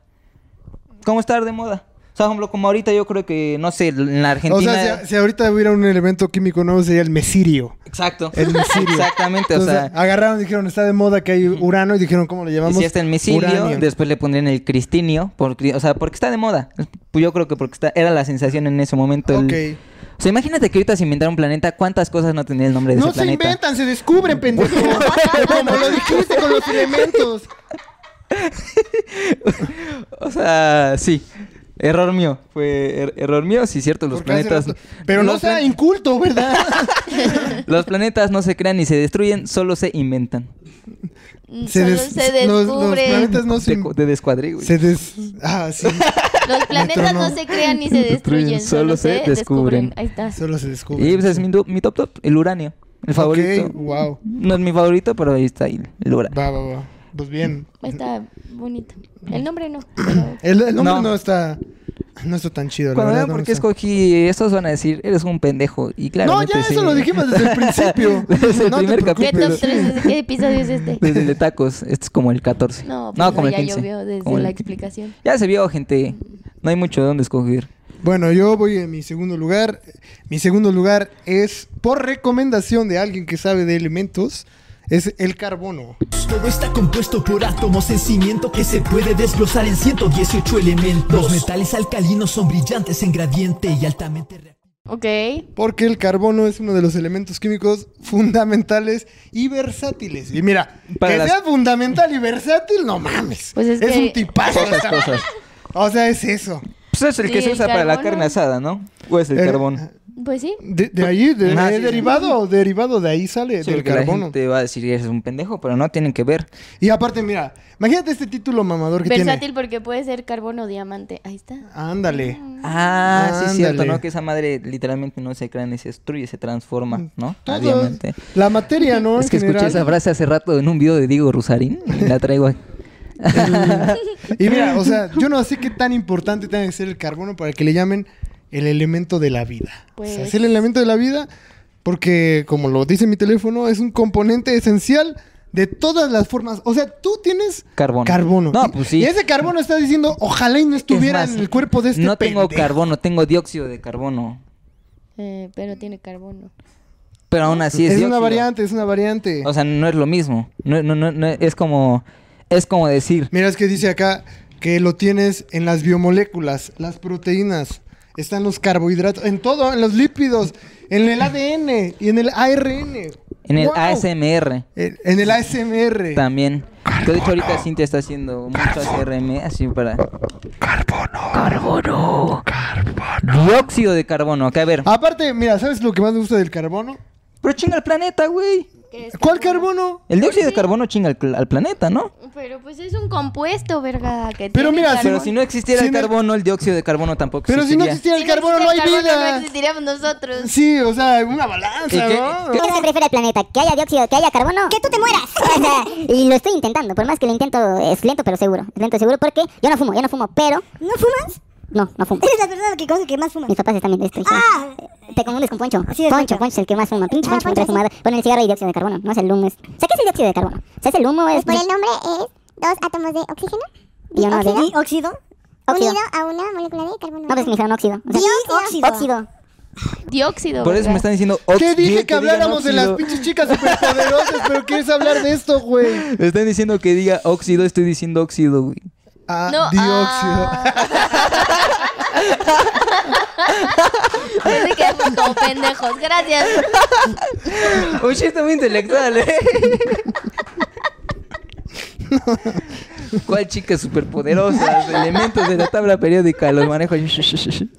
B: ¿Cómo estar de moda? O sea, por ejemplo, como ahorita yo creo que, no sé, en la Argentina...
A: O sea, si, si ahorita hubiera un elemento químico nuevo sería el mesirio.
B: Exacto.
A: El mesirio.
B: Exactamente,
A: Entonces,
B: o sea...
A: agarraron, dijeron, está de moda que hay urano y dijeron, ¿cómo lo
B: Y
A: llamamos?
B: si está en misilio,
A: Uranio.
B: después le pondrían el cristinio, por cri- o sea, porque está de moda. Pues Yo creo que porque está, era la sensación en ese momento. el-
A: Ok.
B: O sea, imagínate que ahorita se inventara un planeta, ¿cuántas cosas no tendría el nombre de
A: No
B: ese
A: se
B: planeta?
A: inventan, se descubren, pendejo. Como lo dijiste con los elementos.
B: O sea, sí. Error mío, fue er- error mío, sí, cierto, los
A: Porque hace
B: planetas.
A: rato- Pero no
B: los
A: sea
B: plan-
A: inculto, ¿verdad?
B: los planetas no se crean ni se destruyen, solo se inventan.
E: Mm,
A: Se
E: Solo
A: des-
E: se
A: los- los
E: descubren.
A: planetas-
E: Los,
A: No se
B: Te
A: in-
B: cu- te descuadré, güey.
A: Se des... Ah, sí.
E: planetas no
A: Metrónomo.
E: se crean ni se destruyen, solo, se descubren. Ahí está.
A: Solo se descubre.
B: Y pues es mi, du- mi top top, el uranio. El favorito.
A: wow.
B: No es mi favorito, pero ahí está ahí, el uranio.
A: Va, va, va. Pues bien.
E: Está bonito. El nombre no. pero-
A: El, el nombre no.
B: No.
A: está... No está tan chido, la
B: Cuando
A: verdad,
B: vean
A: no
B: por qué
A: está.
B: escogí estos van a decir, eres un pendejo. Y claro.
A: No, ya eso lo dijimos desde el principio.
B: Desde el
A: no
B: primer
A: te
E: ¿Qué
B: capítulo.
A: preocupes.
E: top 3 ¿Qué episodio es este?
B: Desde el de tacos, este es como el 14.
E: No, pues no,
B: como el
E: ya
B: 15.
E: llovió desde
B: como el
E: la
B: 15.
E: explicación.
B: Ya se vio, gente. No hay mucho de dónde escoger.
A: Bueno, yo voy en mi segundo lugar. Mi segundo lugar es, por recomendación de alguien que sabe de elementos, es el carbono.
F: Todo está compuesto por átomos en cimiento que se puede desglosar en 118 elementos. Los metales alcalinos son brillantes en gradiente y altamente reactivos.
E: Ok.
A: Porque el carbono es uno de los elementos químicos fundamentales y versátiles. Y mira,
B: Para
A: que
B: las-
A: sea fundamental y versátil, no mames.
E: Pues es que-
A: un tipazo. esta- O sea, es eso.
B: Pues es el
E: Sí,
B: que se
E: el
B: usa para la
E: carbono.
B: carne asada, ¿no? O es el
A: Eh,
B: carbón.
E: Pues sí.
A: De, de ahí, de,
B: Ah,
A: de-
B: sí, sí.
A: derivado, derivado de ahí sale
B: Sí,
A: del
B: porque la
A: carbono.
B: gente va a decir, eres un pendejo, pero no tienen que ver.
A: Y aparte, mira, imagínate este título mamador que
E: Versátil
A: tiene.
E: porque puede ser carbono o diamante. Ahí está.
A: Ándale.
B: Ah, sí, es cierto,
A: Ándale.
B: ¿no? Que esa madre literalmente no se crea ni se destruye, se transforma, ¿no?
A: Todo.
B: Obviamente.
A: La materia, ¿no?
B: Ah, Es
A: En
B: que escuché
A: general.
B: esa frase hace rato en un video de Diego Rusarín y la traigo aquí.
A: Y mira, o sea, yo no sé qué tan importante tiene que ser el carbono para que le llamen el elemento de la vida. O sea, es
E: Pues-
A: el elemento de la vida porque, como lo dice mi teléfono, es un componente esencial de todas las formas. O sea, tú tienes
B: Carbono.
A: carbono.
B: No,
A: Y-
B: pues sí.
A: Y ese carbono está diciendo, ojalá y no estuviera
B: Es más,
A: en el cuerpo de este
B: No tengo
A: pendejo".
B: carbono, tengo dióxido de carbono.
E: Eh, pero tiene carbono.
B: Pero aún así
A: Es,
B: es.
A: una
B: dióxido.
A: variante, es una variante.
B: O sea, no es lo mismo. No, no, no, no, es como. Es como decir.
A: Mira, es que dice acá que lo tienes en las biomoléculas, las proteínas, están los carbohidratos, en todo, en los lípidos, en el ADN y en el ARN.
B: En el
A: ¡Wow!
B: ASMR
A: En en el ASMR.
B: también. Que de hecho ahorita Cintia está haciendo mucho ASRM así para. Carbono. Carbono. Carbono. Dióxido de carbono. Que a ver.
A: Aparte, mira, ¿sabes lo que más me gusta del carbono?
B: Pero chinga el planeta, güey.
A: ¿Cuál carbono?
B: El dióxido de carbono chinga al, al planeta, ¿no?
E: Pero pues es un compuesto, verga. Que
A: Pero
E: tiene
A: mira,
E: carbono.
B: Pero si no existiera
A: Si
B: el
A: no-
B: carbono, el dióxido de carbono tampoco
A: Pero si no existiera
B: existiría.
A: el carbono, no hay
E: existiera el carbono,
A: vida.
E: No existiríamos nosotros.
A: Sí, o sea, una
B: ¿Y
A: balanza,
B: qué-
A: ¿no?
H: ¿Qué se refiere al planeta? ¿Que haya dióxido? ¿Que haya carbono? ¡Que tú te mueras! y lo estoy intentando, por más que lo intento, es lento pero seguro. Es lento y seguro porque yo no fumo, yo no fumo, pero... ¿No fumas? No, no fumo.
I: Eres la persona que conoce que más fuma.
H: Mis papás están viendo esto. y son-
I: Ah,
H: Te confundes con Poncho.
I: Así es, Poncho.
H: Poncho, Poncho es el que más fuma. Pinche
I: Ah,
H: Poncho,
I: Poncho,
H: Poncho
I: sí.
H: fumado. Bueno, el cigarro hay dióxido de carbono. No es el humo. Es... O sea, ¿qué es el dióxido de carbono? O sea, es el humo, es...
I: Pues por el nombre es dos átomos de oxígeno.
H: Y uno de-
I: Dióxido. Dióxido.
H: Óxido.
I: Unido a una molécula de carbono.
H: No, pues me dijeron óxido. O sea,
I: Dióxido.
H: Óxido.
E: Dióxido.
B: Por eso
E: verga.
B: me están diciendo.
A: ¿Qué
B: ox-
A: dije que
B: digan
A: habláramos de las
B: óxido.
A: pinches chicas superpoderosas? Pero quieres hablar de esto, güey.
B: Me están diciendo que diga óxido, estoy diciendo óxido, güey.
A: Ah,
E: No, ah.
A: dióxido.
E: Ahí se Pues quedamos como pendejos. Gracias.
B: Un chiste muy intelectual, ¿eh? ¿Cuál chica superpoderosa? Los elementos de la tabla periódica los manejo. yo.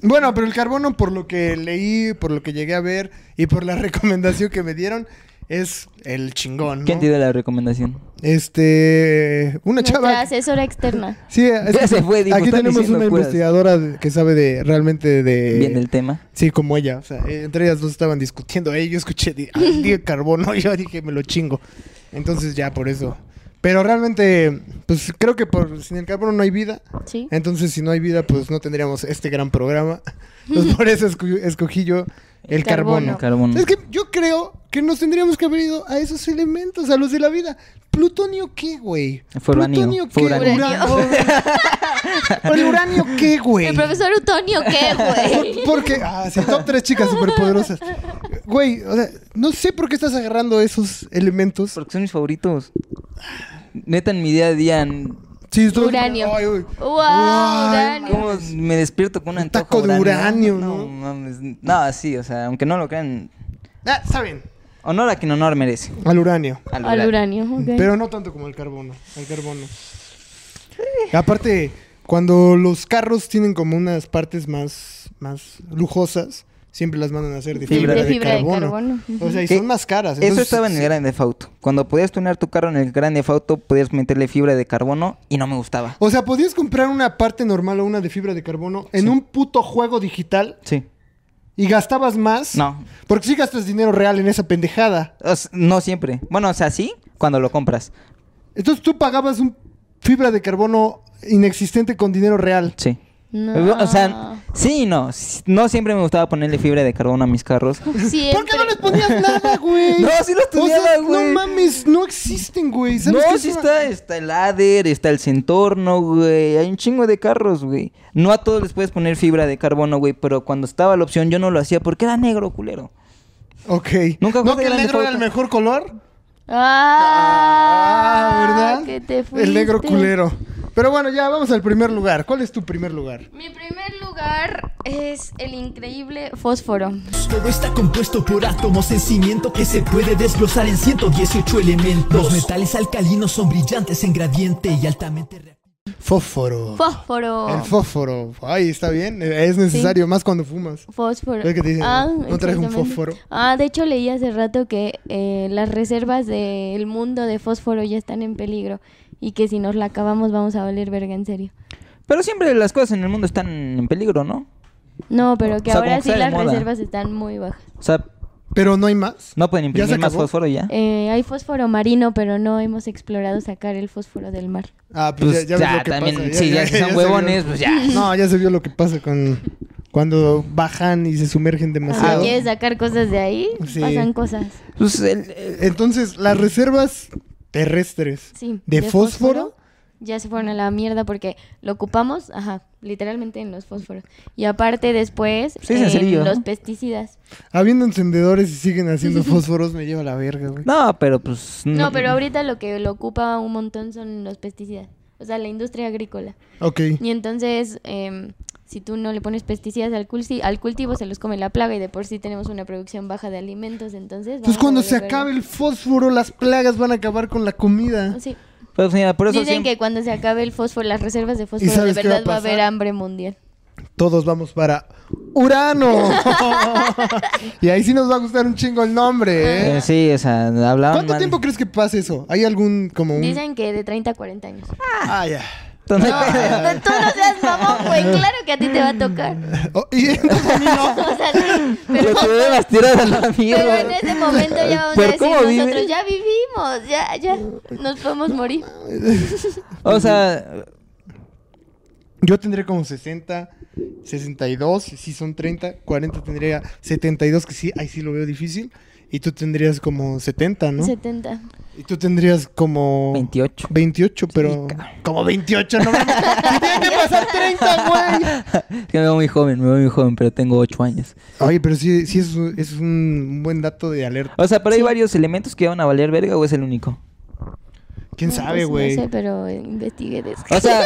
A: Bueno, pero el carbono, por lo que leí, por lo que llegué a ver y por la recomendación que me dieron, es el chingón. ¿no?
B: ¿Quién te dio la recomendación?
A: Este. Una
E: Nuestra
A: chava.
E: asesora externa.
A: Sí, es-
B: Ya se fue, dijo,
A: aquí
B: están
A: tenemos
B: diciendo
A: una
B: puras.
A: investigadora de- que sabe de realmente de.
B: Bien el tema.
A: Sí, como ella. O sea, eh, entre ellas dos estaban discutiendo. Eh, yo escuché di- ah, dije carbono. Yo dije, me lo chingo. Entonces, ya por eso. Pero realmente, pues creo que por, sin el carbono no hay vida.
E: Sí.
A: Entonces, si no hay vida, pues no tendríamos este gran programa. Entonces, por eso escu- escogí yo el carbono.
E: Carbono.
B: Carbono.
A: Es que yo creo que nos tendríamos que haber ido a esos elementos, a los de la vida. ¿Plutonio qué, güey?
B: Fue uranio,
A: ¿Plutonio
B: fue
A: qué?
B: uranio.
A: Ura- oh, güey. ¿Uranio qué, güey?
E: El profesor Utonio, ¿qué, güey?
A: Por- Porque, ah, sí, top tres chicas superpoderosas. Güey, o sea, no sé por qué estás agarrando esos elementos.
B: Porque son mis favoritos. Neta, en mi día a día. n-
A: Sí, estoy-
E: Uranio. Oh.
A: Ay, uy.
E: Wow,
A: Ay,
E: uranio.
B: ¿Cómo me despierto con un
A: Un
B: antojo
A: taco de uranio, ¿no?
B: mames. No, sí, o sea, aunque no lo crean.
A: Ah, está bien.
B: Honor a quien honor merece.
A: Al uranio.
B: Al
E: Al
B: uranio.
E: uranio, ok.
A: Pero no tanto como el carbono. El carbono. Aparte, cuando los carros tienen como unas partes más, más lujosas, siempre las mandan a hacer de fibra,
B: Fibra.
E: de
A: de,
E: fibra de
A: carbono.
E: carbono.
A: O sea, y
B: Que
A: son más caras.
B: Eso
A: entonces-
B: estaba en el Grand Theft Auto. Cuando podías tunear tu carro en el Grand Theft Auto, podías meterle fibra de carbono y no me gustaba.
A: O sea, podías comprar una parte normal o una de fibra de carbono en un puto juego digital
B: Sí.
A: y gastabas más.
B: No.
A: Porque si gastas dinero real en esa pendejada.
B: O s- no siempre. Bueno, o sea, sí, cuando lo compras.
A: Entonces tú pagabas un fibra de carbono inexistente con dinero real.
B: Sí.
E: No.
B: O sea, sí y no. S- No siempre me gustaba ponerle fibra de carbono a mis carros.
E: Siempre.
A: ¿Por qué no les ponías nada, güey?
B: No, sí los
A: O sea,
B: tuneaba, güey.
A: No mames, no existen, güey.
B: No,
A: ¿Sabes qué?
B: sí está, está el Ader, está el Centorno, güey. Hay un chingo de carros, güey. No a todos les puedes poner fibra de carbono, güey. Pero cuando estaba la opción, yo no lo hacía porque era negro, culero.
A: Ok.
B: Nunca
A: ¿No
B: jugaste
A: que el
B: Grand
A: negro
B: Theft
A: era el
B: Auto.
A: mejor color?
E: Ah,
A: ¿verdad?
E: que te fuiste.
A: el negro culero. Pero bueno, ya vamos al primer lugar. ¿Cuál es tu primer lugar?
E: Mi primer lugar es el increíble fósforo.
F: Todo está compuesto por átomos en cimiento que se puede desglosar en 118 elementos. Los metales alcalinos son brillantes en gradiente y altamente reactivos.
A: Fósforo.
E: Fósforo.
A: El fósforo. Ay, está bien. Es necesario, más cuando fumas.
E: Fósforo.
A: ¿Ves que te dicen, Ah, no traje un
E: Ah, exactamente.
A: fósforo?
E: Ah, de hecho leí hace rato que eh, las reservas del mundo de fósforo ya están en peligro y que si nos la acabamos vamos a valer verga en serio.
B: Pero siempre las cosas en el mundo están en peligro, ¿no?
E: No, pero que
B: O sea, como
E: ahora
B: que
E: sí
B: está de
E: las
B: moda.
E: reservas están muy bajas.
B: O sea,
A: Pero no hay más.
B: no
A: ¿Ya
B: pueden
A: se
B: imprimir más
A: acabó?
B: fósforo ya.
E: Eh, hay fósforo marino, pero no hemos explorado sacar el fósforo del mar.
A: Ah, pues,
B: Pues
A: ya,
B: ya,
A: ya ves lo que
B: también,
A: pasa.
B: sí, ya, que son
A: se
B: huevones,
A: vio-
B: pues ya.
A: No, ya se vio lo que pasa con cuando bajan y se sumergen
E: Ah,
A: demasiado.
E: ¿Quieres sacar cosas de ahí?
A: Sí.
E: Pasan cosas.
B: Pues el-
A: Entonces, las reservas terrestres
E: Sí.
A: de, fósforo,
E: ya se fueron a la mierda porque lo ocupamos, ajá, literalmente en los fósforos. Y aparte después
B: Sí, es en
E: en
B: serio,
E: los
B: ¿no?
E: pesticidas.
A: Habiendo encendedores y siguen haciendo fósforos, me lleva la verga, güey.
B: No, pero pues.
E: No, pero ahorita lo que lo ocupa un montón son los pesticidas, o sea, la industria agrícola.
A: Ok.
E: Y entonces, em, si tú no le pones pesticidas al, culti- al cultivo, se los come la plaga y de por sí tenemos una producción baja de alimentos,
A: Entonces
E: entonces... vamos a
A: Pues cuando se
E: volver
A: acabe el fósforo, las plagas van a acabar con la comida.
E: locos. Sí.
B: Pues, mira, por eso
E: Dicen
B: siempre-
E: que cuando se acabe el fósforo, las reservas de fósforo, de
A: sabes qué va a
E: verdad va a haber
A: pasar?
E: hambre mundial.
A: Todos vamos para Urano. y ahí sí nos va a gustar un chingo el nombre,
B: Eh,
A: ¿eh?
B: sí, o sea, hablaban
A: ¿Cuánto
B: mal.
A: tiempo crees que pase eso? ¿Hay algún como un...?
E: Dicen que de 30 a 40 años.
A: Ah, ya. Ah,
B: Entonces,
E: No, tú no seas mamón, güey. Claro que a ti te va a tocar.
A: Oh, y entonces a mí no.
E: O sea, sí, pero,
B: Pero te veo las tiras a la
E: pero en
B: mierda.
E: ese momento ya vamos a
B: ¿Por
E: decir
B: cómo
E: nosotros,
B: vive?
E: ya vivimos, ya, ya, nos podemos morir.
B: O sea,
A: Yo tendré como 60, 62, si son 30, 40 tendría 72, que sí, ahí sí lo veo difícil. Y tú tendrías como 70, ¿no?
E: 70.
A: Y tú tendrías como...
B: 28.
A: 28, pero... como 28, no mames. Si Tienen que pasar 30, güey.
B: Es que me veo muy joven, me veo muy joven, pero tengo 8 años.
A: Oye, pero sí, sí es, un- es un buen dato de alerta.
B: O sea, pero hay varios elementos que van a valer verga o es el único.
A: ¿Quién sabe, güey?
E: Ah, pues, No sé, pero eh, investigué de eso.
B: O sea,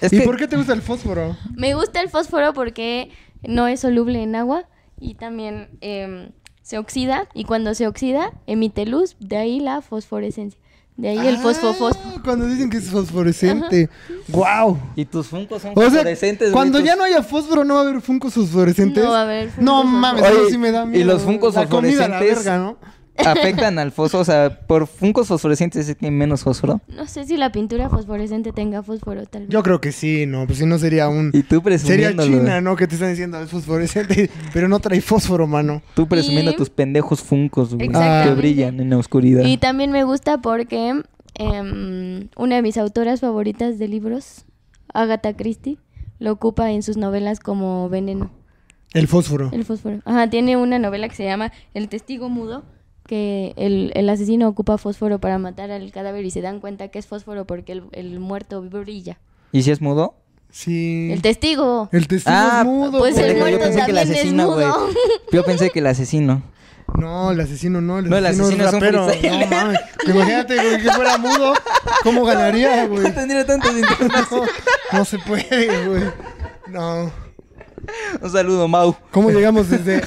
B: es
A: ¿Y
B: que-
A: por qué te gusta el fósforo?
E: Me gusta el fósforo porque no es soluble en agua y también em, se oxida y cuando se oxida emite luz, de ahí la fosforescencia. De ahí el
A: Ah,
E: fosfofosfo.
A: Cuando dicen que es fosforescente. ¡Guau!
B: Y tus funcos son
A: O sea,
B: fluorescentes, güey,
A: cuando
B: tus-
A: ya no haya fósforo, no va a haber funcos fosforescentes.
E: No va a haber funcos
A: No
E: fosforescentes.
A: mames,
B: Oye,
A: eso sí me da
B: y
A: miedo.
B: los funcos
A: La comida, la
B: fosforescentes-
A: verga, ¿no?
B: afectan al fósforo. O sea, por funcos fosforescentes es que hay menos fósforo.
E: No sé si la pintura fosforescente tenga fósforo, tal vez.
A: Yo creo que sí, no, pues si no sería un.
B: Y tú
A: Sería
B: presumiéndolo.
A: China,
B: güey.
A: ¿no? Que te están diciendo es fosforescente, pero no trae fósforo, mano.
B: Tú presumiendo
E: Y-
B: tus pendejos funcos, güey. Que
E: Exactamente.
B: brillan en la oscuridad.
E: Y también me gusta porque em, una de mis autoras favoritas de libros, Agatha Christie, lo ocupa en sus novelas como veneno,
A: El fósforo.
E: el fósforo. Ajá, tiene una novela que se llama El testigo mudo, que el, el asesino ocupa fósforo para matar al cadáver y se dan cuenta que es fósforo porque el, el muerto brilla.
B: ¿Y si es mudo?
A: Sí.
E: El testigo.
A: El testigo
B: Ah,
A: es mudo.
E: pues el
A: güey.
B: Verga,
E: muerto
B: yo pensé que el
E: también es
B: asesino, güey.
E: mudo.
B: Yo pensé que el asesino.
A: No, el asesino no. El
B: No, el
A: asesino,
B: asesino es un
A: es rapero.
B: freestyler.
A: no mames. Que Imagínate, güey, que fuera mudo. ¿Cómo ganaría, güey?
B: tendría tantos
A: No, no se puede, güey. No.
B: Un saludo, Mau.
A: ¿Cómo llegamos desde. Desde,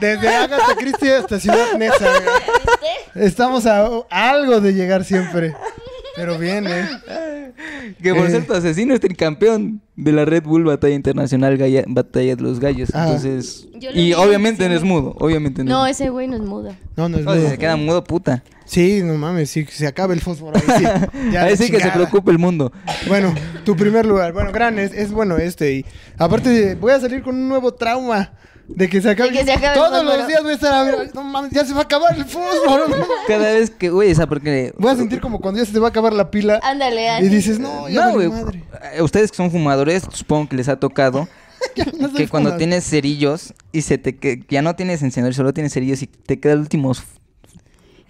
A: desde Agatha Christie hasta Ciudad Neza, güey? Estamos a, a algo de llegar siempre. Pero bien, ¿eh?
B: Que por
A: Eh.
B: cierto, asesino es el campeón de la Red Bull Batalla Internacional Galla- Batalla de los Gallos.
A: Ah.
B: Entonces.
E: Yo lo
B: Y
E: vi
B: obviamente no es
E: diciendo-
B: mudo. Obviamente Este no.
E: No, ese güey no es mudo.
A: No, no es
B: No, si
A: mudo.
B: se queda mudo, puta.
A: Sí, no mames, sí, que se acaba el fósforo. Ahí sí, Ya
B: Ahí
A: la
B: sí que se
A: chingada.
B: preocupa el mundo.
A: Bueno, tu primer lugar. Bueno, gran, es, es bueno este. Y aparte, voy a salir con un nuevo trauma. De que se acabe.
E: De que se acabe el
A: Todos los
E: fósforo.
A: días voy a estar a ver. No mames, ya se va a acabar el fósforo. no mames.
B: Cada vez que, güey, o sea, porque.
A: Voy a sentir como cuando ya se te va a acabar la pila.
E: Ándale,
A: Y
E: así.
A: dices, no, ya
B: No,
A: valió
B: güey.
A: madre.
B: eh, Ustedes que son fumadores, supongo que les ha tocado
A: Ya no soy
B: que cuando
A: fumador.
B: tienes cerillos y se te que que ya no tienes encendedor, solo tienes cerillos y te queda el último f-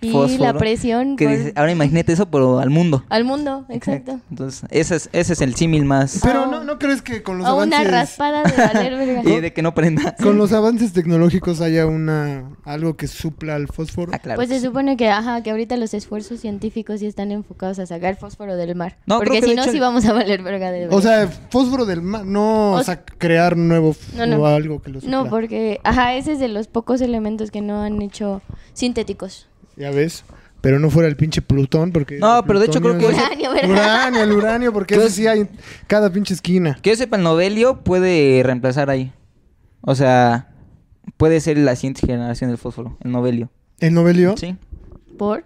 E: Y
B: fósforo.
E: la presión
B: que
E: por-
B: dices, ahora imagínate eso, pero al mundo.
E: al mundo, exacto.
B: Entonces, ese es, ese es el símil más.
A: Pero
E: a-
A: no, no crees que con los
E: O una
A: avances.
E: raspada de valer verga.
B: y de que no prenda.
A: Con los avances tecnológicos haya una algo que supla al fósforo.
B: Ah, claro.
E: Pues se supone que, ajá, que ahorita los esfuerzos científicos sí están enfocados a sacar fósforo del mar.
B: No, creo
E: Porque
B: que
E: si
B: de
E: no,
B: hecho-
E: sí vamos a valer verga de verdad.
A: O sea, fósforo del mar, no, o,
E: O
A: sea, crear nuevo f-
E: No, no.
A: o algo que lo supla.
E: no, porque, ajá, ese es de los pocos elementos que no han hecho sintéticos.
A: Ya ves, pero no fuera el pinche Plutón porque
B: No, pero de hecho creo
A: plutonio
B: que-
A: es-
E: Uranio, ¿verdad?
A: Uranio, el uranio porque eso sí hay en cada pinche esquina.
B: Que yo sepa, el novelio puede reemplazar ahí. O sea, puede ser la siguiente generación del fósforo, el novelio.
A: ¿El novelio?
B: Sí.
E: ¿Por?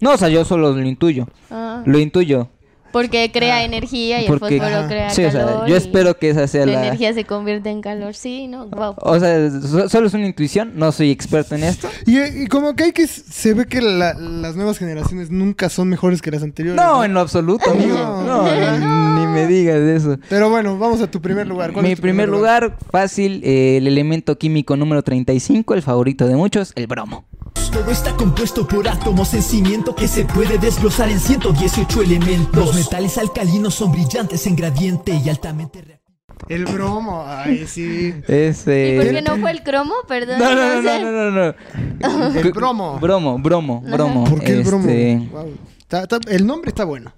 B: No, o sea, yo solo lo intuyo.
E: Ah,
B: Lo intuyo.
E: porque crea energía y
B: Ah. porque-
E: el fósforo
A: Ajá.
E: crea
B: Sí, o sea,
E: calor.
B: yo
E: y
B: espero que esa sea
E: la,
B: la.
E: energía se convierte en calor, sí, ¿no? Wow.
B: O sea, so- solo es una intuición, no soy experto en esto.
A: Y, y como que hay que se ve que la- las nuevas generaciones nunca son mejores que las anteriores.
B: No, en lo absoluto, amigo.
A: No.
B: No, no, ni me digas eso.
A: Pero bueno, vamos a tu primer lugar. ¿Cuál
B: Mi
A: es tu
B: primer lugar, fácil, eh, el elemento químico número 35, el favorito de muchos, el bromo.
F: elementos. Todo está compuesto por átomos en cimiento que se puede desglosar en 118 elementos. Los metales alcalinos son brillantes en gradiente y altamente reactivos.
A: El bromo, ay, sí.
E: ¿Y
B: Ese.
E: por qué no fue el cromo? Perdón.
B: No, no, no,
E: sé.
B: no, no, no, no.
A: El bromo.
B: Bromo, bromo, bromo.
A: ¿Por qué el bromo?
B: Este,
A: Wow. Está- está- el nombre está bueno.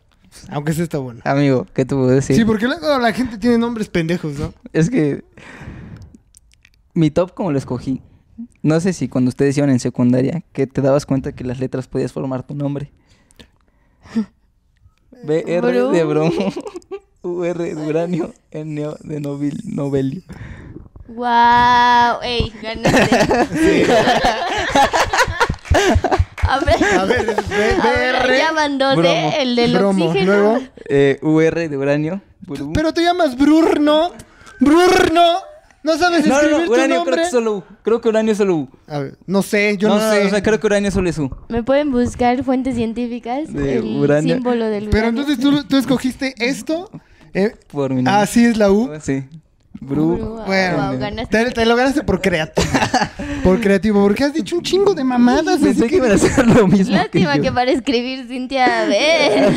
A: Aunque sí está bueno.
B: Amigo, ¿qué te puedo
A: Sí,
B: decir?
A: porque luego la gente tiene nombres pendejos, ¿no?
B: Es que mi top como lo escogí. No sé si cuando ustedes iban en secundaria que te dabas cuenta que las letras podías formar tu nombre. BR de bromo, UR de uranio, NO de nobil, novelio.
E: Wow, ey, ganaste. A ver,
A: A ver, es B-
E: a ver,
A: BR.
E: ya van dos,
B: Bromo.
E: ¿eh? El del
A: Bromo,
E: oxígeno.
A: luego.
B: Eh, UR de uranio. burú.
A: Pero te llamas Brurno. Brurno. No sabes
B: no, no,
A: escribir
B: no,
A: tu
B: uranio creo
A: nombre.
B: que solo U. Creo que uranio es solo U.
A: A ver, no sé, yo
B: no,
A: no,
B: no, no,
A: sé.
B: o sea, creo que uranio solo es U.
E: ¿Me pueden buscar fuentes científicas?
B: De
E: el
B: uranio.
E: símbolo del
A: Pero
E: uranio.
A: entonces tú, tú escogiste esto. Eh,
B: Por mi nombre.
A: así es la U.
B: Sí. Bru.
E: Wow,
A: Bueno,
E: ganaste.
A: te, te lo ganaste por creativo. por creativo, porque has dicho un chingo de mamadas. así
B: Pensé que
A: que-
B: iban a hacer lo mismo.
E: Lástima que,
B: yo.
E: para escribir Cintia, a ver.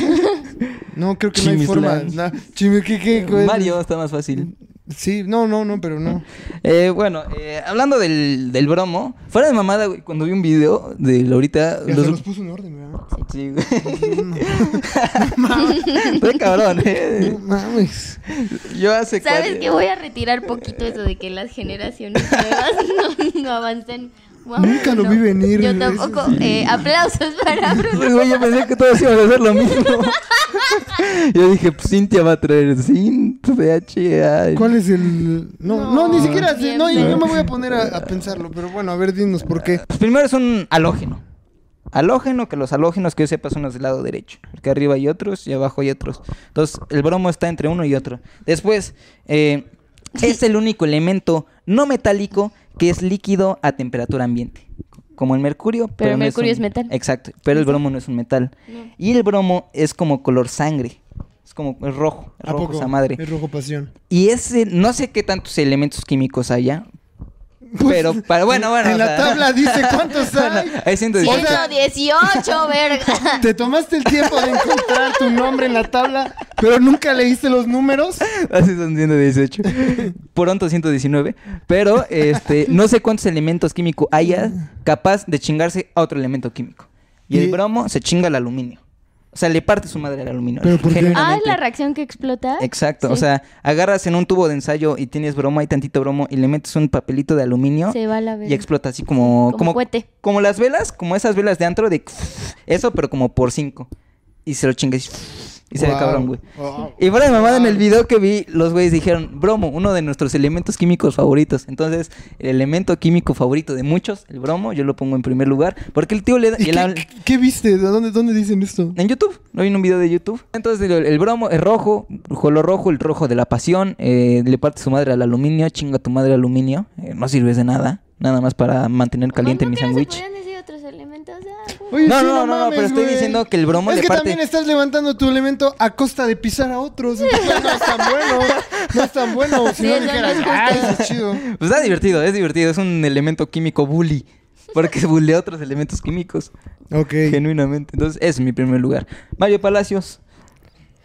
A: No, creo que no hay forma.
B: Chimislán.
A: na- chimi- ¿qué- qué- qué-
B: Mario está más fácil.
A: Sí, no, no, no, pero no.
B: Eh, bueno, eh, hablando del, del bromo, fuera de mamada, güey, cuando vi un video de ahorita.
A: Ya
B: los-
A: se los puso en orden, ¿verdad?
B: Sí, güey. Estoy cabrón, eh.
A: No mames.
B: Yo hace
E: ¿Sabes
B: cuatro-
E: que Voy a retirar poquito eso de que las generaciones nuevas no, no avanzan. Wow,
A: Nunca lo
E: no.
A: vi venir,
E: Yo
A: eso
E: tampoco.
A: sí.
E: Eh, aplausos para Bruno.
B: Güey, yo pensé que todos íbamos a hacer lo mismo. Yo dije, pues Cintia va a traer Cint, VH.
A: ¿Cuál es el.? No, no, ni siquiera. sé, No, y
E: mierda.
A: no me voy a poner a, a pensarlo, pero bueno, a ver, dinos por qué.
B: Pues primero es un halógeno. Halógeno, que los halógenos que yo sepa son los del lado derecho. Porque arriba hay otros y abajo hay otros. Entonces, el bromo está entre uno y otro. Después, eh, es el único elemento no metálico que es líquido a temperatura ambiente. Como el mercurio. Pero,
E: el
B: no
E: mercurio
B: un-
E: es metal.
B: Exacto, pero el bromo no es un metal. Y el bromo es como color sangre. Es como es rojo,
A: ¿A
B: rojo
A: poco?
B: esa madre.
A: Es rojo pasión.
B: Y ese, no sé qué tantos elementos químicos haya. Pero, para, bueno, bueno.
A: Pues, En
B: o
A: la
B: sea-
A: tabla dice cuántos hay.
B: hay 118.
E: 118, verga.
A: Te tomaste el tiempo de encontrar tu nombre en la tabla, pero nunca leíste los números.
B: Así son 118. Pronto 119. Pero este, no sé cuántos elementos químicos haya capaz de chingarse a otro elemento químico. Y
A: Y-
B: el bromo se chinga al aluminio. O sea, le parte su madre al aluminio.
A: ¿Pero por qué?
E: Ah,
B: genuinamente.
E: es la reacción que explota.
B: Exacto. O
E: Ah, Sí.
B: sea, agarras en un tubo de ensayo y tienes bromo, hay tantito bromo, y le metes un papelito de aluminio
E: Se va a la verga.
B: y explota así como.
E: Como cohete.
B: Como las velas, como esas velas de antro de. Eso, pero como por cinco. Y se lo chingues. Y se ve
A: Wow.
B: cabrón, güey.
A: Wow.
B: Y fuera de mamada, en el
A: Wow.
B: video que vi, los güeyes dijeron, bromo, uno de nuestros elementos químicos favoritos. Entonces, el elemento químico favorito de muchos, el bromo, yo lo pongo en primer lugar. Porque el tío le da...
A: ¿Y
B: y el
A: qué,
B: habla-
A: qué- qué viste? ¿De dónde, dónde dicen esto?
B: en YouTube, no vi en un video de YouTube. Entonces, el, el bromo es rojo, color rojo, el rojo de la pasión. eh, le parte su madre al aluminio, chinga tu madre al aluminio. eh, no sirves de nada, nada más para mantener caliente
E: ¿Cómo
B: mi
E: que no se
B: sándwich.
E: podían decir otros elementos? Ah,
A: Oye,
B: No,
A: sí,
B: no, no, no, pero estoy
A: güey.
B: diciendo que el bromo
A: Es
B: le
A: que
B: parte-
A: también estás levantando tu elemento a costa de pisar a otros. Entonces no es tan bueno. No es tan bueno. Si
E: Sí,
A: no
E: eso no
A: dijeras,
E: es justo.
A: ah, eso es chido.
B: Pues está divertido, es divertido, es un elemento químico bully. Porque se bulea otros elementos químicos,
A: Ok.
B: genuinamente. Entonces, ese es mi primer lugar. Mario Palacios.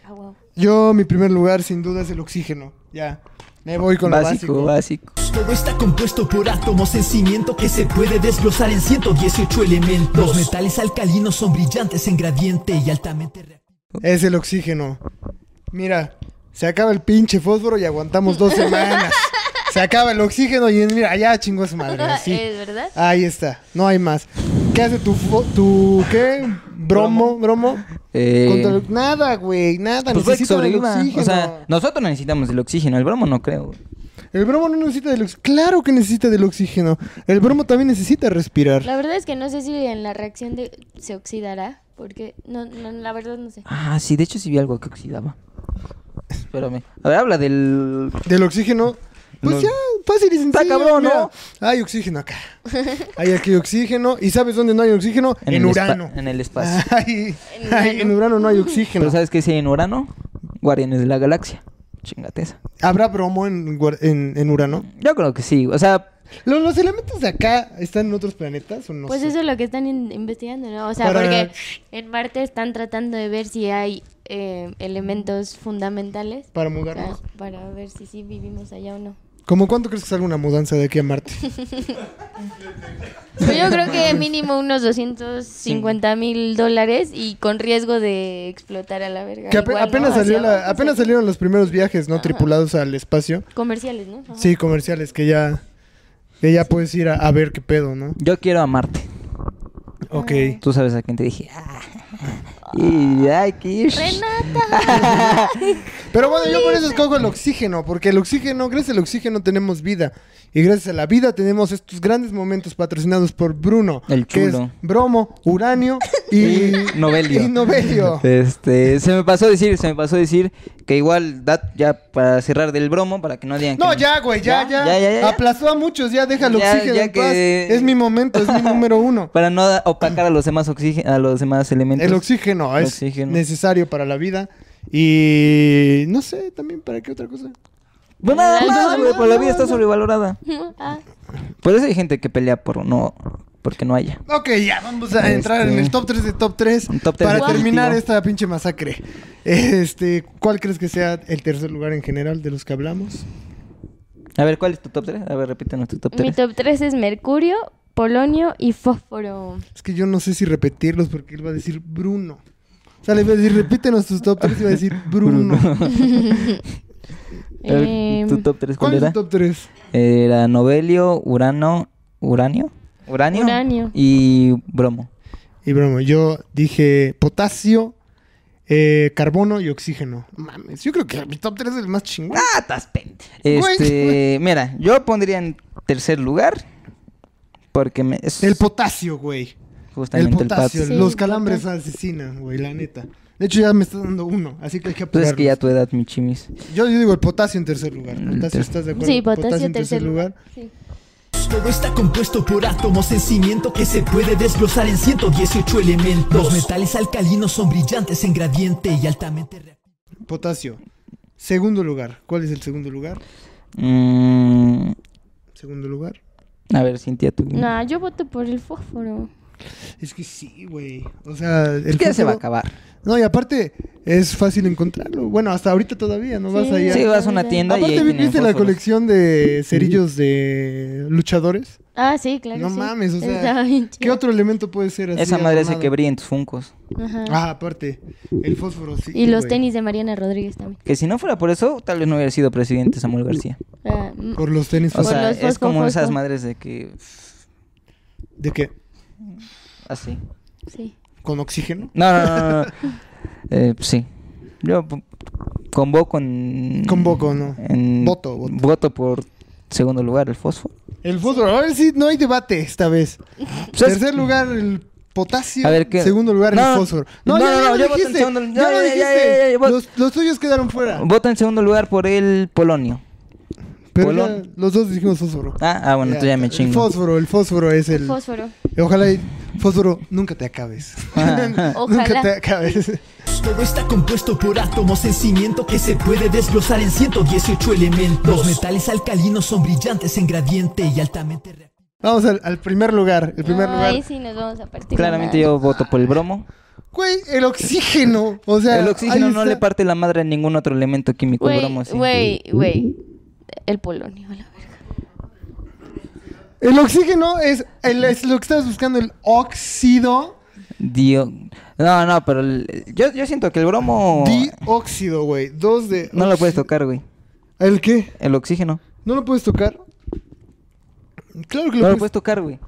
E: Ah, wow.
A: Yo, mi primer lugar, sin duda, es el oxígeno. Ya. Me voy con
B: básico,
A: lo básico.
B: básico.
F: Todo está compuesto por átomos en cimiento que se puede desglosar en 118 elementos. Los metales alcalinos son brillantes en gradiente y altamente reactivos.
A: Es el oxígeno. Mira, se acaba el pinche fósforo y aguantamos dos semanas. Se acaba el oxígeno y mira, allá chingó a su madre. Así.
E: ¿Es verdad?
A: Ahí está, no hay más. ¿Qué hace tu, fo- tu qué? Bromo, bromo.
B: Eh,
A: Contra el- Nada, güey, nada.
B: pues fue que
A: necesita del
B: sobreviva.
A: oxígeno.
B: O sea, nosotros necesitamos el oxígeno, el bromo no creo.
A: El bromo no necesita del oxígeno. Claro que necesita del oxígeno. El bromo también necesita respirar.
E: La verdad es que no sé si en la reacción de se oxidará, porque no, no la verdad no sé.
B: Ah, sí, de hecho sí vi algo que oxidaba. Espérame. A ver, habla del.
A: Del oxígeno. Pues
B: No.
A: ya, fácil y sencillo.
B: cabrón, ¿no?
A: mira. Hay oxígeno acá. Hay aquí oxígeno. ¿Y sabes dónde no hay oxígeno? En,
B: el espa-
A: Urano. Ah,
B: En el espacio.
A: Ay,
E: En
A: ay, en Urano no hay oxígeno.
B: Pero ¿sabes qué dice en Urano? Guardianes de la Galaxia. Chingate esa.
A: ¿Habrá bromo en, Guar- en, en Urano?
B: Yo creo que sí. O sea,
A: ¿Lo- ¿Los, elementos de acá están en otros planetas o no?
E: Pues
A: sé?
E: eso es lo que están in- investigando, ¿no? O sea,
A: Para-
E: porque en Marte están tratando de ver si hay eh, elementos fundamentales
A: Para
E: o sea,
A: mudarnos.
E: para ver si sí vivimos allá o no.
A: ¿Cómo cuánto crees que salga una mudanza de aquí a Marte?
E: Pues yo creo que mínimo unos 250 mil dólares y con riesgo de explotar a la verga.
A: Que ape-
E: Igual, ¿no?
A: apenas,
E: Hacia
A: salió la-
E: abajo,
A: apenas
E: hacia-
A: salieron los primeros viajes, ¿no? Tripulados al espacio.
E: Comerciales, ¿no? Ajá.
A: Sí, comerciales, que ya, que ya puedes ir a, a ver qué pedo, ¿no?
B: yo quiero a Marte.
A: Ok.
B: Tú sabes a quién te dije. Ah. Y ay, Kish.
E: Renata.
A: Pero bueno, yo por eso escojo el oxígeno, porque el oxígeno, gracias al oxígeno tenemos vida. Y gracias a la vida tenemos estos grandes momentos patrocinados por Bruno.
B: El
A: que
B: chulo.
A: es bromo, uranio y...
B: Novelio.
A: Y Novelio.
B: Este, se me pasó decir, se me pasó decir que igual da- ya para cerrar del bromo para que no digan
A: No,
B: que
A: ya, güey, ya, ya.
B: Ya, ya, ya, ya.
A: Aplazó a muchos, ya deja el
B: Ya,
A: oxígeno
B: ya
A: en
B: que- Pues,
A: paz. Es mi momento, es mi número uno.
B: para no da- opacar a los demás oxígeno, a los demás elementos.
A: El oxígeno
B: El
A: es
B: oxígeno.
A: necesario para la vida. Y no sé, también para qué otra cosa.
B: Pues nada
E: No,
B: más,
E: no,
B: güey, pues la vida
A: no,
B: está
A: no.
B: sobrevalorada.
E: Ah,
B: Por eso hay gente que pelea por no porque no haya.
A: Ok, ya vamos a entrar en
B: Este-
A: el top 3 de top 3
B: Un top tres
A: para
B: definitivo.
A: terminar esta pinche masacre. Este, ¿cuál crees que sea el tercer lugar en general de los que hablamos?
B: A ver, ¿cuál es tu top 3? A ver, repítenos tu top
E: mi
B: 3.
E: top 3 es mercurio, polonio y fósforo.
A: Es que yo no sé si repetirlos porque él va a decir Bruno. O sea, le iba a decir, repítenos tus top 3 y va a decir Bruno.
E: Em,
B: ¿Tu top 3 cuál,
A: ¿Cuál es
B: era?
A: tu top 3?
B: Era Novelio, Urano, Uranio, Uranio,
E: Uranio.
B: y Bromo.
A: Y bueno, yo dije potasio, eh, carbono y oxígeno. Mames, yo creo que mi top 3 es el más chingón.
E: Ah,
B: Este, mira, yo pondría en tercer lugar porque me, es
A: El potasio, güey. El
B: justamente el,
A: potasio,
B: pat-
E: pat-
A: los
E: Sí,
A: calambres
E: potasio.
A: asesinan, güey, la neta. De hecho, ya me está dando uno, así que hay que
B: Pues
A: apurarnos.
B: es que ya tu edad, mi chimis.
A: yo, yo digo el potasio en tercer lugar.
B: El
A: Potasio,
B: ter-
A: ¿estás de acuerdo?
E: Sí, potasio en tercer lugar. Sí.
F: Todo está compuesto por átomos en cimiento que se puede desglosar en 118 elementos. Los metales alcalinos son brillantes en gradiente y altamente reactivos.
A: Potasio. Segundo lugar. ¿Cuál es el segundo lugar?
B: Mm,
A: Segundo lugar.
B: a ver, Cintia, tú.
E: Nah, yo voto por el fósforo.
A: Es que sí, güey. O sea, el
B: Es que ya se va a
A: futuro-
B: acabar.
A: No, y aparte es fácil encontrarlo. Bueno, hasta ahorita todavía, no vas allá.
B: Sí, vas a una tienda y
A: Aparte,
B: ahí
A: ¿vi-
B: tienen
A: ¿viste la
B: fósforos.
A: colección de cerillos de luchadores?
E: Ah, sí, claro.
A: no
E: sí.
A: mames, o
E: Está
A: sea,
E: bien
A: ¿qué
E: chido.
A: otro elemento puede ser así?
B: Esa madre hace
A: armado?
B: que brilla en tus funcos.
E: Ajá.
A: Ah, aparte, el fósforo, sí.
E: y los
A: güey.
E: tenis de Mariana Rodríguez también.
B: Que si no fuera por eso, tal vez no hubiera sido presidente Samuel García.
E: Ah, mm,
A: Por los tenis
B: O
E: Por
A: fósforos.
B: sea,
E: los
B: es
E: fosfo,
B: como esas
E: fosfo.
B: madres de que
A: ¿De qué?
B: así.
E: sí.
A: ¿Con oxígeno?
B: No, no, no. no, no. Eh, sí. Yo p- convoco en.
A: Convoco, no.
B: en-
A: Voto, voto.
B: por segundo lugar el fósforo.
A: El fósforo. Ahora sí, no hay debate esta vez.
B: Pues es-
A: Tercer lugar, el potasio.
B: A ver, ¿qué?
A: Segundo lugar,
B: No,
A: el fósforo.
B: no, no, no,
A: lo
B: yo voto en
A: dijiste,
B: segundo-
A: ya
B: ya,
A: lo
B: ya, ya,
A: dijiste.
B: ya, Ah, ya, ya,
A: los, los tuyos quedaron fuera.
B: Voto en segundo lugar por el Polonio.
A: Pero
B: Polón.
A: ya los dos dijimos fósforo.
B: Ah, ah bueno, tú ya me
A: El
B: chingo.
A: fósforo, el fósforo es el...
E: Fósforo.
A: Ojalá, y- fósforo, nunca te acabes.
B: Ah.
A: Nunca
E: Ojalá.
A: te acabes.
F: Todo está compuesto por átomos en cimiento que se puede desglosar en 118 elementos. Los metales alcalinos son brillantes en gradiente y altamente reactivos.
A: Vamos al, al primer lugar. El primer lugar.
E: Ahí sí nos vamos a partir.
B: Claramente
E: la madre.
B: yo voto por el bromo.
A: Güey, el oxígeno. O sea,
B: El oxígeno
A: ahí
B: no le
A: está.
B: parte la madre a ningún otro elemento químico. el bromo
E: Güey,
B: sí.
E: güey, güey. El polonio, a la verga.
A: El oxígeno es, el- es lo que estás buscando, el óxido.
B: Dio- No, no, pero el- yo, yo siento que el bromo
A: Dióxido, güey. Dos de.
B: no lo puedes tocar, güey.
A: ¿El qué?
B: El oxígeno.
A: ¿No lo puedes tocar? Claro que
B: No
A: lo
B: lo
A: puedes
B: puedes tocar, güey.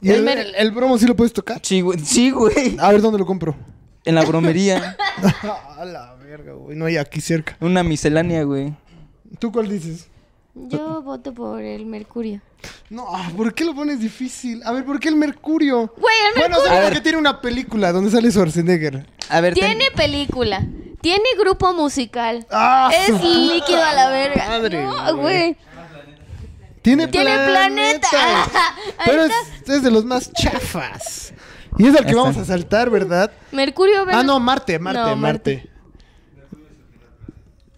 A: ¿Y el, el- el bromo sí lo puedes tocar?
B: Sí, güey. Sí, güey.
A: A ver dónde lo compro.
B: En la bromería.
A: A la verga, güey. No hay aquí cerca.
B: Una miscelánea, güey.
A: ¿Tú cuál dices?
E: Yo voto por el mercurio.
A: No, ah, ¿por qué lo pones difícil? A ver, ¿por qué el mercurio?
E: Güey, el
A: Bueno,
E: mercurio
B: A
A: solo
B: ver.
A: porque tiene una película donde sale Schwarzenegger.
B: A ver, ten-
E: tiene película. Tiene grupo musical.
A: ¡Ah!
E: es
A: su puta
E: líquido a la verga.
A: madre,
E: no,
A: güey.
E: güey.
A: Tiene,
E: Tiene planeta. Ahí
A: Pero es,
E: está.
A: es de los más chafas. Y es al que
B: Ahí
A: vamos
B: está.
A: a saltar, ¿verdad?
E: Mercurio,
A: Ah,
E: Venus-
A: no, Marte, Marte,
E: No,
A: Marte.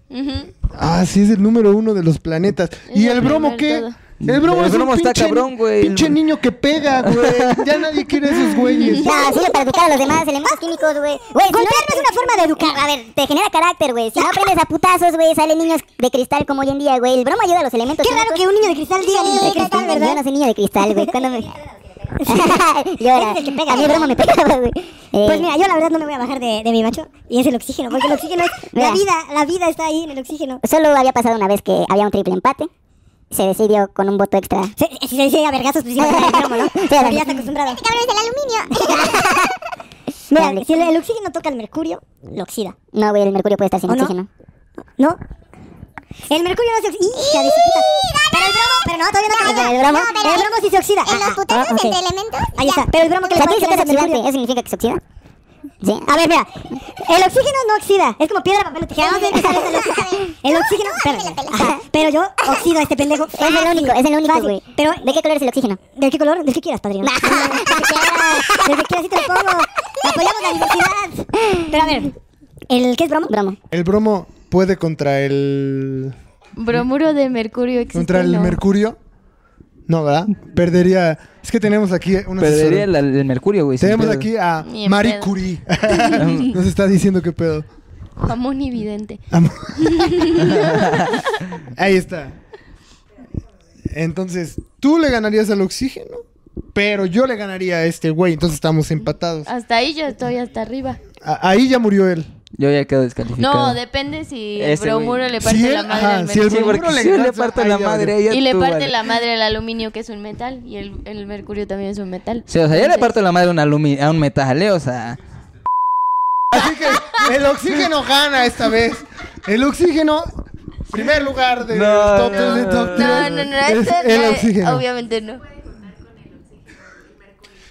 E: Ujú.
A: Ah, sí, es el número uno de los planetas.
E: Es
A: ¿Y
E: el
A: el bromo
E: primer
A: qué?
E: todo.
A: El bromo
B: El
A: es
B: bromo
A: un
B: está
A: pinche,
B: cabrón, güey.
A: pinche niño que pega, güey. Ya nadie quiere a esos güeyes.
H: No, sirve para educar a los demás elementos químicos, güey. Güey, si no-
I: Golpear no es una forma de educar.
H: A ver, te genera carácter, güey. Si no aprendes a putazos, güey, salen niños de cristal como hoy en día, güey. El broma ayuda a los elementos.
I: Qué raro que un niño de cristal diga niño de cristal,
H: Yo no
I: ¿verdad?
H: soy niño de cristal, güey. Cuando me...
I: Ese
H: Llora.
I: es el que pega.
H: A mí el broma me pegaba, güey. Eh,
I: Pues mira, yo la verdad no me voy a bajar de, de mi macho y es el oxígeno, porque el oxígeno es la
H: Mira.
I: vida, la vida está ahí en el oxígeno.
H: Solo había pasado una vez que había un triple empate. Se decidió con un voto extra.
I: Se- Si se dice a vergazos, pues sí va a ser el cromo, ¿no?
H: Sí,
I: Porque
H: dale.
I: ya está acostumbrado.
H: cabrón es el aluminio.
I: Mira,
H: Dale.
I: si el, el oxígeno toca el mercurio, lo oxida,
H: No, güey, el mercurio puede estar sin
I: ¿O no?
H: oxígeno.
I: ¿no? El mercurio no se oxida. ¡Hija de su puta! Pero el bromo, pero no, todavía no acaba.
H: pero el bromo-
I: No, pero el bromo sí se oxida.
H: en los
I: Ah,
H: putazos
I: ah, ok.
H: entre elementos,
I: Ahí
H: ya.
I: está, pero el bromo que
H: O
I: le
H: sea,
I: va a
H: tiene que
I: tirar es
H: ser
I: el
H: oxidante.
I: mercurio.
H: ¿Eso significa que se oxida? Sí.
I: A ver, mira. El oxígeno no oxida. Es como piedra, papel o tijera. Vamos a ver qué sale del oxígeno. El oxígeno. Pero, ajá, pero yo oxido a este pendejo.
H: Es el único, es el único,
I: Fácil.
H: güey.
I: Pero,
H: ¿De qué color es el oxígeno?
I: ¿del qué color? Del que quieras, padrino. Del que quieras, del que quieras, sí te lo pongo. Apoyamos la diversidad. Pero a ver, ¿el qué es bromo?
H: Bromo.
A: El bromo puede contra el.
E: Bromuro de mercurio existe.
A: contra el
E: ¿no?
A: mercurio. No, ¿verdad? Perdería. Es que tenemos aquí una
B: Perdería el, el mercurio, güey. sin
A: Tenemos
B: pedo.
A: aquí a
E: Ni en
A: Marie
E: pedo.
A: Curie. Nos está diciendo qué pedo.
E: Jamón y vidente.
A: Am- Ahí está. Entonces, tú le ganarías al oxígeno, pero yo le ganaría a este güey. Entonces estamos empatados.
E: Hasta ahí yo estoy hasta arriba.
A: A- ahí ya murió él.
B: Yo ya quedo descalificado.
E: No, depende si el
B: Ese güey.
E: bromuro le parte
A: él-
E: la madre
A: ajá,
E: al
A: si el
E: mercurio.
B: Sí,
A: Seguro
B: porque
A: le
B: si yo le
A: lanza-
B: parto
A: ahí
B: la
A: ya
B: madre a
A: valió.
B: ella.
E: Y le
B: tú,
E: parte
B: vale.
E: la madre al aluminio, que es un metal, y el, el mercurio también es un metal.
B: Sí, o sea, yo le
E: Entonces,
B: parto la madre a un, alumi- a un metal, ¿eh? O sea,
A: Así que el oxígeno gana esta vez. El oxígeno, primer lugar de
B: No,
A: los top
B: no,
A: tres de top
E: No,
A: tres
E: no, no,
A: es
E: eso
A: el
E: no,
A: oxígeno.
E: obviamente no.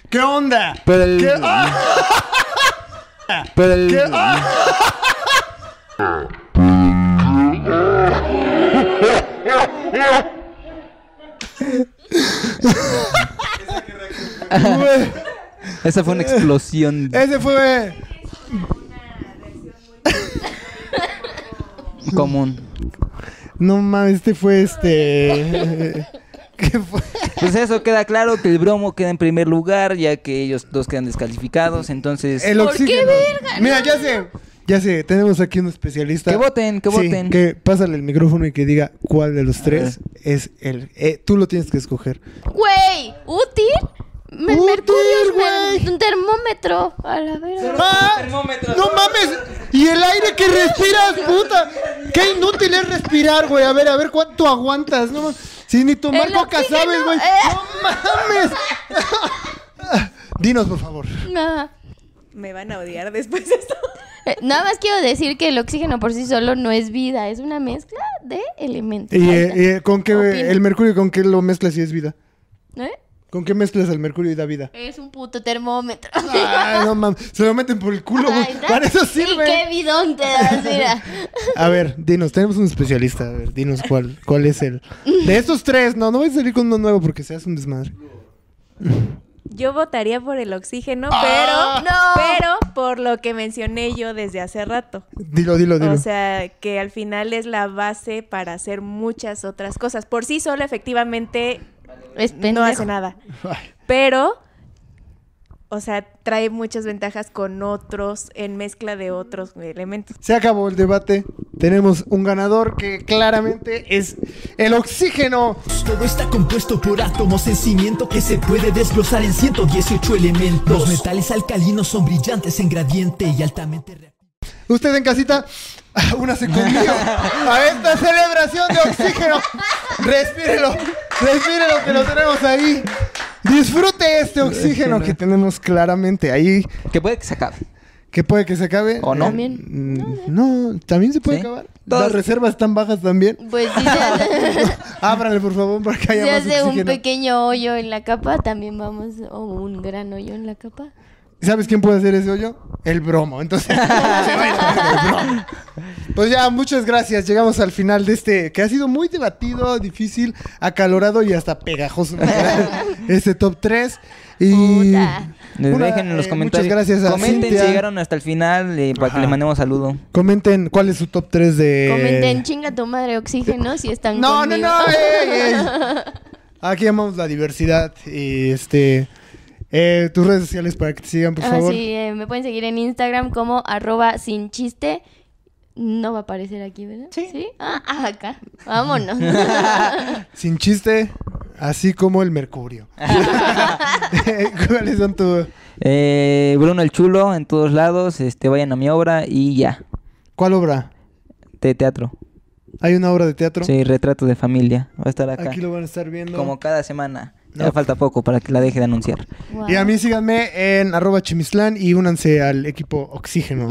A: ¿Qué onda?
B: Pero el-
A: ¿Qué? ¡Ah!
B: pero el-
A: ¿Qué? ¡Ah! Güey,
B: esa fue una explosión
A: Ese fue
B: común.
A: No mames, este fue este. ¿Qué fue?
B: Pues eso queda claro que el bromo queda en primer lugar, ya que ellos dos quedan descalificados. Entonces,
A: El
E: ¿Por qué
A: oxígeno.
E: verga?
A: Mira, ya sé. Ya sé, tenemos aquí un especialista.
B: Que voten, que
A: Sí,
B: voten.
A: que pásale el micrófono y que diga cuál de los tres es el. eh, tú lo tienes que escoger.
E: Güey, ¿útil? Me-
A: Útil,
E: mercurio es
A: güey.
E: mer- un termómetro. A la verga.
A: ¡Ah! ¡No mames! ¡Y el aire que respiras, puta! ¡Qué inútil es respirar, güey! A ver, a ver cuánto aguantas. No mames. Sin ni tomar
E: El
A: coca,
E: oxígeno,
A: ¿sabes, güey?
E: eh.
A: ¡No mames! Dinos, por favor.
E: Nada.
J: Me van a odiar después de esto.
E: Eh, Nada más quiero decir que el oxígeno por sí solo no es vida, es una mezcla de elementos.
A: ¿Y
E: Ahí
A: eh,
E: está.
A: eh, con qué
E: Opino.
A: el mercurio con qué lo mezclas y es vida?
E: ¿Eh?
A: ¿Con qué mezclas el mercurio y da vida?
E: Es un puto termómetro.
A: Ay, no mames, se lo meten por el culo,
E: Ahí
A: güey.
E: está.
A: Para eso
E: ¿Y qué
A: sirve.
E: bidón te das? Mira.
A: A ver, dinos, tenemos un especialista, a ver, dinos cuál cuál es el de estos tres, no, no voy a salir con uno nuevo porque se hace un desmadre.
J: Yo votaría por el oxígeno,
E: ¡Ah!
J: pero, pero por lo que mencioné yo desde hace rato.
A: Dilo, dilo, dilo.
J: O sea, que al final es la base para hacer muchas otras cosas. Por sí solo, efectivamente,
E: Es
J: no
E: pendejo.
J: hace nada.
A: Ay,
J: Pero, o sea, trae muchas ventajas con otros, en mezcla de otros elementos.
A: se acabó el debate. Tenemos un ganador que claramente es el oxígeno.
F: Todo está compuesto por átomos en cimiento que se puede desglosar en 118 elementos. Los metales alcalinos son brillantes en gradiente y altamente reactivos.
A: Usted en casita, únase conmigo a esta celebración de oxígeno. Respírelo, respírelo que lo tenemos ahí. Disfrute este oxígeno que tenemos claramente ahí,
B: que puede que se acabe.
A: que puede que se acabe.
B: ¿O no?
E: También.
A: Mm, No, también se puede
B: ¿Sí?
A: acabar. Las
B: Todas-
A: reservas están bajas también.
E: Pues sí, se hace,
A: Ábrale, por favor, para que haya
E: se
A: más
E: hace un
A: oxígeno.
E: pequeño hoyo en la capa, también vamos, o un gran hoyo en la capa.
A: ¿Sabes quién puede hacer ese hoyo? El bromo. Entonces, se va a ir a ver el bromo. Pues ya, muchas gracias. Llegamos al final de este que ha sido muy debatido, difícil, acalorado y hasta pegajoso. este top 3. Y
B: Les
A: una,
B: dejen en los
A: eh,
B: comentarios.
A: Muchas gracias a
B: Comenten
A: Cintia.
B: si llegaron hasta el final eh, para que
A: Ajá.
B: le mandemos saludo.
A: Comenten cuál es su top 3 de...
E: Comenten, chinga tu madre oxígeno si están
A: Eh, No, no,
E: conmigo.
A: no, eh, ey, Aquí llamamos la diversidad y este... eh, tus redes sociales para que te sigan, por
E: Ah,
A: favor.
E: sí, eh, me pueden seguir en Instagram como arroba sin chiste. No va a aparecer aquí, ¿verdad? Sí. Ah, ah, acá. Vámonos.
A: Sin chiste, así como el mercurio. ¿Cuáles son tu...?
B: Eh, Bruno el Chulo en todos lados. Este, vayan a mi obra y ya.
A: ¿Cuál obra?
B: De teatro.
A: ¿Hay una obra de teatro?
B: Sí, retrato de familia. Va a estar acá.
A: Aquí lo van a estar viendo.
B: Como cada semana.
A: No.
B: Ya falta poco para que la deje de anunciar.
A: Y a mí síganme en arroba chimislán y únanse al equipo Oxígeno.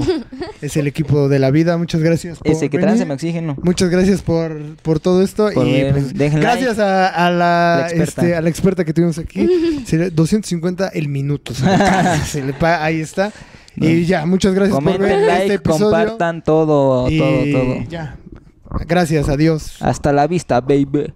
A: es el equipo de la vida. Muchas gracias por
B: Ese que
A: venir.
B: trance me oxígeno.
A: Muchas gracias por, por todo esto.
B: Por
A: y
B: ver,
A: pues,
B: dejen
A: gracias a, a
B: La
A: la,
B: experta.
A: este, a la experta que tuvimos aquí. Se le- 250 el minuto. se le paga, se le paga, ahí está. Y ya, muchas gracias por ver
B: Comenten,
A: este
B: like,
A: episodio.
B: compartan todo,
A: y
B: todo, todo.
A: ya. Gracias, adiós.
B: Hasta la vista, baby.